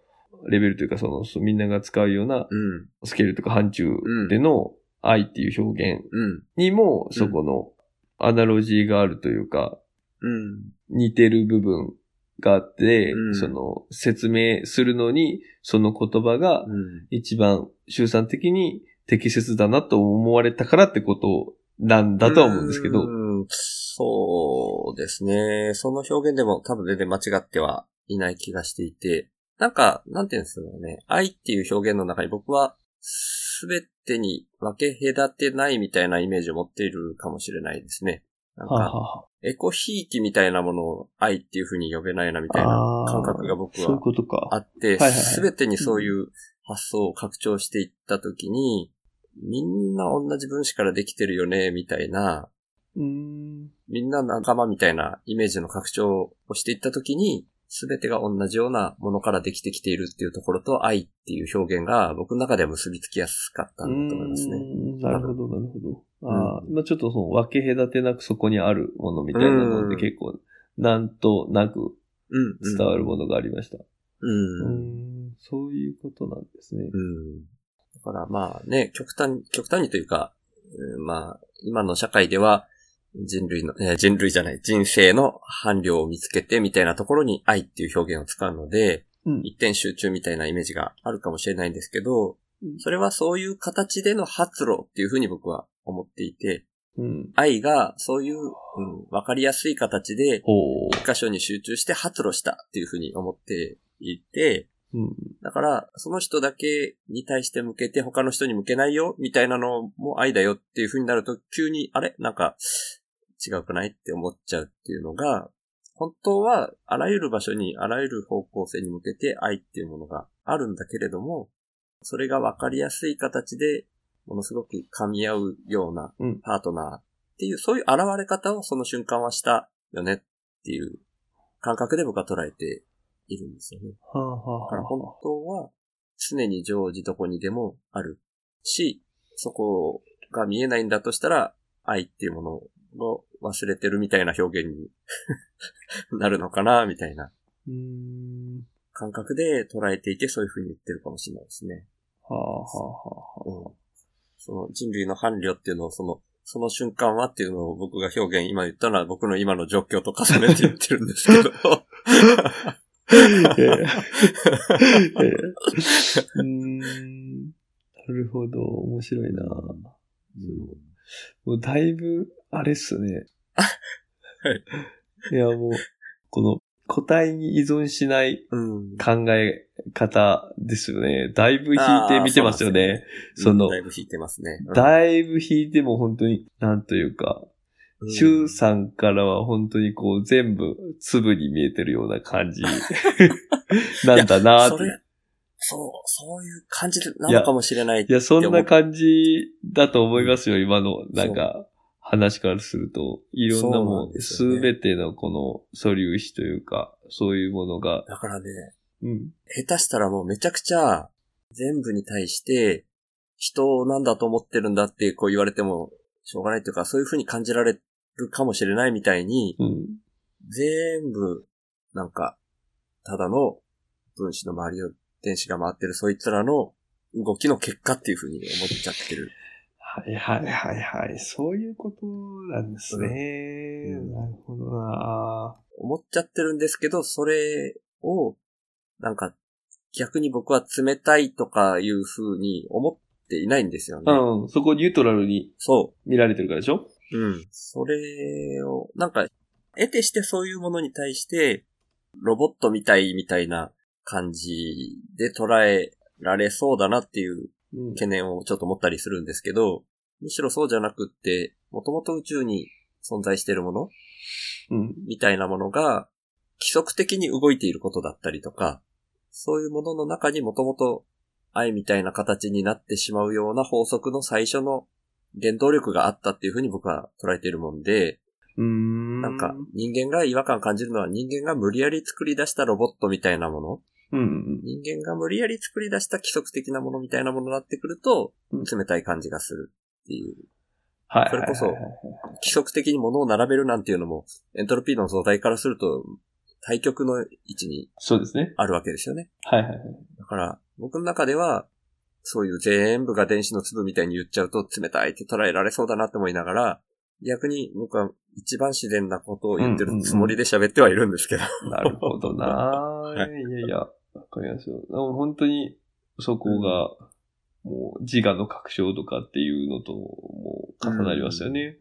D: レベルというかその、そうみんなが使うような
C: うん。
D: スケールとか範疇での愛っていう表現
C: うん。
D: にも、そこのアナロジーがあるというか、
C: うん。
D: 似てる部分があって、
C: うん
D: その、説明するのに、その言葉が
C: うん。
D: 一番、周さん的に適切だなと思われたからってことなんだとは思うんですけど。
C: うん。そうですね。その表現でも多分全然間違ってはいない気がしていて、なんか、なんていうんですかね。愛っていう表現の中に僕は、すべてに分け隔てないみたいなイメージを持っているかもしれないですね。なん
D: はあ
C: か、
D: は
C: エコひいきみたいなものを愛っていう風に呼べないなみたいな
D: あ
C: 感覚が僕
D: あー
C: は
D: そういうことか。
C: あって
D: はいはい、はい
C: すべてにそういう発想を拡張していったときに、みんな同じ分子からできてるよね、みたいな、
D: うーん。
C: みんな仲間みたいなイメージの拡張をしていったときに、すべてが同じようなものからできてきているっていうところと愛っていう表現が僕の中では結びつきやすかったんだと思います
D: う
C: ね。
D: ーんなるほど、なるほど。ああ、まあちょっとその分け隔てなくそこにあるものみたいなの
C: う
D: で
C: ん
D: 結構、なんとなく
C: うん。うん
D: 伝わるものがありました。う
C: うん。
D: ーんそういうことなんですね。
C: うん。だからまあね、極端に、極端にというか、うんまあ、今の社会では、人類の、えー人類じゃない、人生の伴侶を見つけてみたいなところに愛っていう表現を使うので、
D: うん
C: 一点集中みたいなイメージがあるかもしれないんですけど
D: う、ん
C: それはそういう形での発露っていうふうに僕は思っていて、
D: うん。
C: 愛がそういう、うん、わかりやすい形で、
D: ほう。
C: 一箇所に集中して発露したっていうふうに思っていて、
D: うん。
C: だから、その人だけに対して向けて他の人に向けないよ、みたいなのも愛だよっていう風になると、急に、あれなんか、違うくないって思っちゃうっていうのが、本当は、あらゆる場所に、あらゆる方向性に向けて愛っていうものがあるんだけれども、それが分かりやすい形で、ものすごく噛み合うような
D: うん
C: パートナーっていう、そういう現れ方をその瞬間はしたよねっていう感覚で僕は捉えているんですよね。
D: はあはあ
C: だ
D: は
C: から
D: あ
C: 本
D: はあ。
C: 当は常に常時どこにでもあるし、そこが見えないんだとしたら、愛っていうものを忘れてるみたいな表現に なるのかな、みたいな
D: うーん。
C: 感覚で捉えていて、そういう風に言ってるかもしれないですね。
D: はあはあはあ。
C: うん。その人類の伴侶っていうのを、その、その瞬間はっていうのを僕が表現、今言ったのは僕の今の状況と重ねて言ってるんですけど。
D: いやいやいやいやうーんなるほど。面白いなもうだいぶ、あれっす ね。
C: はい。
D: いや、もう、この、個体に依存しない
C: うん。
D: 考え方ですよね。だいぶ引いてみてますよね。その
C: だいぶ引いてますね。うん
D: だいぶ引いても本当に、なんというか、
C: うん
D: シュウさんからは本当にこう全部粒に見えてるような感 じなんだなっ
C: そ
D: て。
C: れ、そう、そういう感じなのかもしれない。
D: いや、そんな感じだと思いますよ、今の、なんか、話からすると。いろんな
C: そうな
D: も
C: ん
D: う、
C: です
D: す
C: よね
D: べてのこの素粒子というか、そういうものが、
C: だからね、
D: うん。
C: 下手したらもうめちゃくちゃ、全部に対して、人をなんだと思ってるんだってこう言われても、しょうがないというか、そういう風に感じられるかもしれないみたいに、
D: うん。
C: 全部、なんか、ただの分子の周りを電子が回ってるそいつらの動きの結果っていう風に思っちゃってる。
D: はいはいはいはい。そういうことなんですね。
C: うん
D: なるほどな
C: 思っちゃってるんですけど、それを、なんか、逆に僕は冷たいとかいう風に思っていないんですよね。
D: うん、そこニュートラルに
C: そ
D: 見られてるからでしょ
C: う。うん。それを、なんか、得てしてそういうものに対して、ロボットみたいみたいな感じで捉えられそうだなっていう
D: うん
C: 懸念をちょっと持ったりするんですけど、むしろそうじゃなくって、もともと宇宙に存在しているもの
D: うん。
C: みたいなものが、規則的に動いていることだったりとか、そういうものの中にもともと愛みたいな形になってしまうような法則の最初の原動力があったっていうふうに僕は捉えているもんで、
D: うーん。
C: なんか人間が違和感感じるのは人間が無理やり作り出したロボットみたいなもの
D: うん、うん。
C: 人間が無理やり作り出した規則的なものみたいなものになってくると、
D: うん
C: 冷たい感じがするっていう。
D: はいはい
C: そ
D: はい
C: れ
D: はい。
C: こそ規則的にものを並べるなんていうのも、エントロピーの増大からすると、対極の位置に
D: そうですね。
C: あるわけですよね。
D: はいはいはい。
C: だから、僕の中では、そういう全部が電子の粒みたいに言っちゃうと冷たいって捉えられそうだなって思いながら、逆に僕は一番自然なことを言ってるつもりで喋ってはいるんですけど。
D: なるほどな ぁ。、
C: はい
D: やいや、わかりますよ。でも本当に、そこが、もう自我の確証とかっていうのと、もう重なりますよね。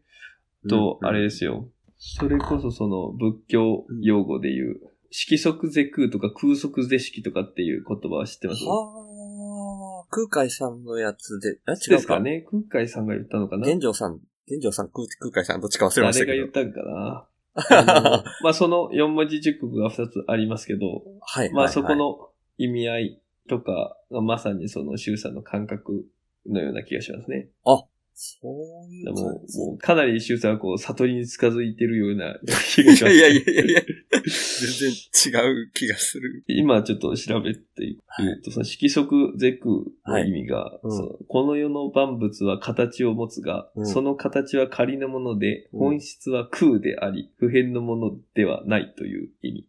D: と、あれですよ。それこそその仏教用語で言う、色即是空とか空即是色とかっていう言葉は知ってます
C: はあ、空海さんのやつで、あ、違
D: で
C: う
D: すか
C: か。
D: ね空海さんが言ったのかな
C: 玄城さん、玄城さん、空空海さん、どっちか忘れまし
D: 誰
C: た
D: が
C: けど
D: 言っ。たんかなあの まあその四文字熟語が二つありますけど、
C: はい。
D: まあ
C: はい
D: そこ、の意味合いとかがまさにその周さんの感覚のような気がしますね。
C: そうい
D: で
C: う
D: も、
C: 感
D: も
C: じ
D: うかなり周さんはこう悟りに近づいてるような気がします。
C: いやいやいやいや。全然違う気がする。
D: 今ちょっと調べていくと、その色即是空の意味が、
C: うん
D: そのこの世の万物は形を持つが、
C: うん
D: その形は仮のもので、
C: うん
D: 本質は空であり、不変のものではないという意味。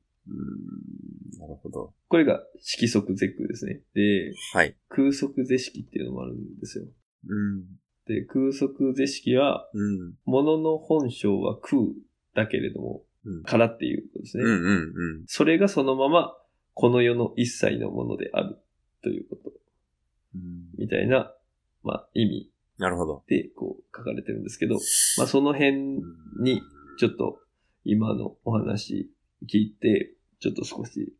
C: なるほど。
D: これが色即是空ですね。で、
C: はい。
D: 空即是色っていうのもあるんですよ。
C: うん。
D: で、空即是式は、
C: うん。
D: 物の本性は空だけれども、
C: うん
D: からっていうことですね。
C: うんうんうん。
D: それがそのまま、この世の一切のものであるということ、みたいな、まあ、意味
C: なるほど。
D: で、こう、書かれてるんですけど、まあ、その辺に、ちょっと、今のお話聞いて、ちょっと少し、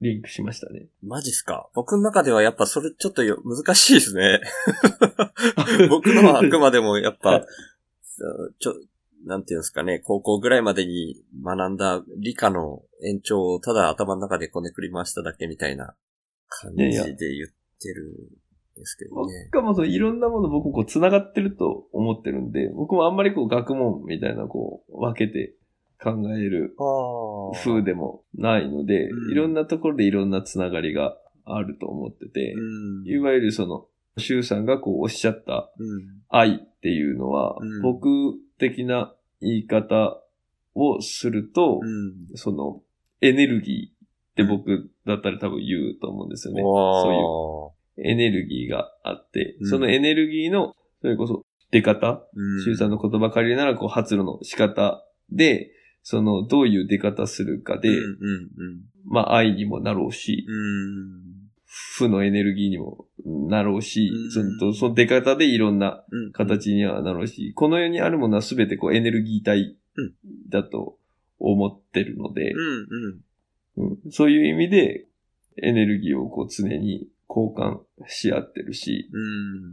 D: リンクしましたね。
C: マジっすか僕の中ではやっぱそれちょっとよ難しいですね。 僕のはあくまでもやっ
D: は
C: ぱ
D: い、
C: ちょ、なんていうんですかね、高校ぐらいまでに学んだ理科の延長をただ頭の中でこねくり回しただけみたいな感じで
D: いや
C: 言
D: いや
C: ってるんですけどね。
D: 僕はもうそのいろんなもの僕もこう繋がってると思ってるんで、僕もあんまりこう学問みたいなこう分けて考える
C: あ
D: 風でもないので
C: う、ん
D: いろんなところでいろんな繋がりがあると思ってて、
C: うん
D: いわゆるその、周さんがこうおっしゃった
C: うん
D: 愛っていうのは、
C: うん
D: 僕的な言い方をすると、
C: うん
D: そのエネルギーって僕だったら多分言うと思うんですよね。
C: おー
D: そういうエネルギーがあって、
C: うん
D: そのエネルギーの、それこそ出方、
C: うん
D: 周、さんの言葉借りるなら、こう発露の仕方で、その、どういう出方するかで、
C: うんうん
D: まあ、愛にもなろうし、
C: うん。
D: 負のエネルギーにもなろうし
C: うん、
D: そのその出方でいろんな
C: うん。
D: 形にはなろうし、この世にあるものは全てこうエネルギー体
C: うん
D: だと思ってるので
C: う、ん、うん。
D: うんそういう意味でエネルギーをこう常に交換し合ってるし、
C: うん。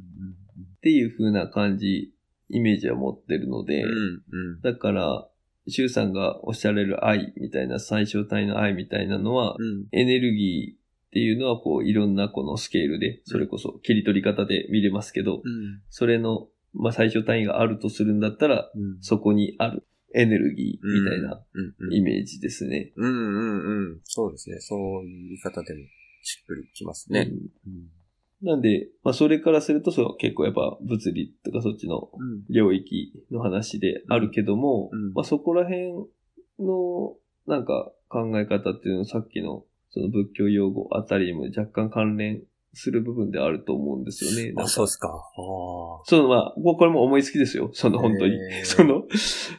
D: っていう風な感じ、イメージは持ってるので、
C: うん、
D: だから、シュウさんがおっしゃられる愛みたいな、最小単位の愛みたいなのは、
C: うん。
D: エネルギーっていうのはこういろんなこのスケールで、それこそ切り取り方で見れますけど、
C: うん。
D: それの、まあ、最小単位があるとするんだったら、
C: うん。
D: そこにあるエネルギーみたいな
C: うん。うん。
D: イメージですね。
C: うんうんうん。そうですね。そういう言い方でもしっくりきます
D: う
C: ね。
D: んなんで、まあ、それからすると、そう結構やっぱ物理とかそっちの
C: うん。
D: 領域の話であるけども、
C: うん
D: まあ、そこら辺のなんか考え方っていうのはさっきのその仏教用語あたりにも若干関連する部分であると思うんですよね。なん
C: あ、
D: か
C: そうですか。あ
D: そのまあ、もうこれも思いつきですよ。その本当に
C: へ。ー
D: その、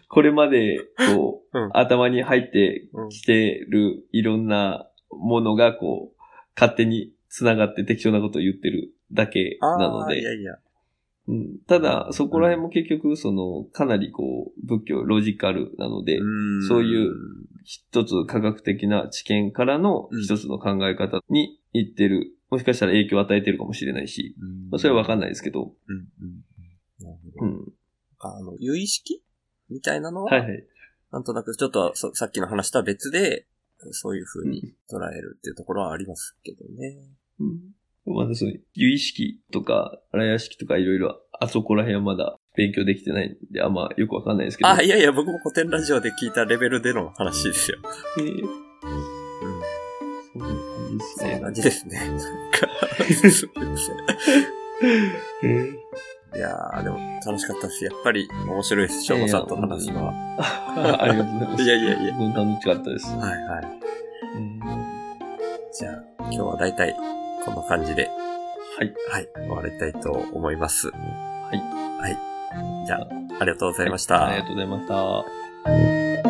D: これまでこう、
C: うん
D: 頭に入って
C: あ。うん
D: きてるいろんなものがこう、勝手に繋がって適当なことを言ってるだけ
C: あー
D: なので
C: い。やいや。
D: うん、ただ、そこら辺も結局、その、かなりこう、仏教、ロジカルなので、
C: ん
D: そういう一つ科学的な知見からの
C: うん
D: 一つの考え方にいってる、もしかしたら影響を与えてるかもしれないし、まあ、それはわかんないですけど、
C: うんうん。なる
D: う
C: ほど。
D: ん。
C: あの、有意識みたいなのは、
D: はいはい。
C: なんとなくちょっとそさっきの話とは別で、そういう風
D: う
C: に
D: ん
C: 捉えるっていうところはありますけどね。
D: うん、まだそう、有意識とか、荒屋敷とかいろいろ、あそこら辺はまだ勉強できてないんで、あんまよくわかんないですけど。
C: あ、いやいや、僕も古典ラジオで聞いたレベルでの話ですよ。
D: えー
C: うん。
D: そんな感じです
C: そんな
D: ね。
C: 感じですね。すいません
D: えー
C: いやー、でも楽しかったです。やっぱり面白いです。翔
D: いや
C: 吾
D: い
C: さ
D: や
C: んとの話は。
D: ありがとうございます。
C: いやいやいや。
D: 本当に楽しかったです。
C: はいはい。
D: うん
C: じゃあ、今日は大体こんな感じで、
D: はい。
C: はい、終わりたいと思います。はいはい。じゃあ、ありがとうございました。
D: ありがとうございました。
C: あ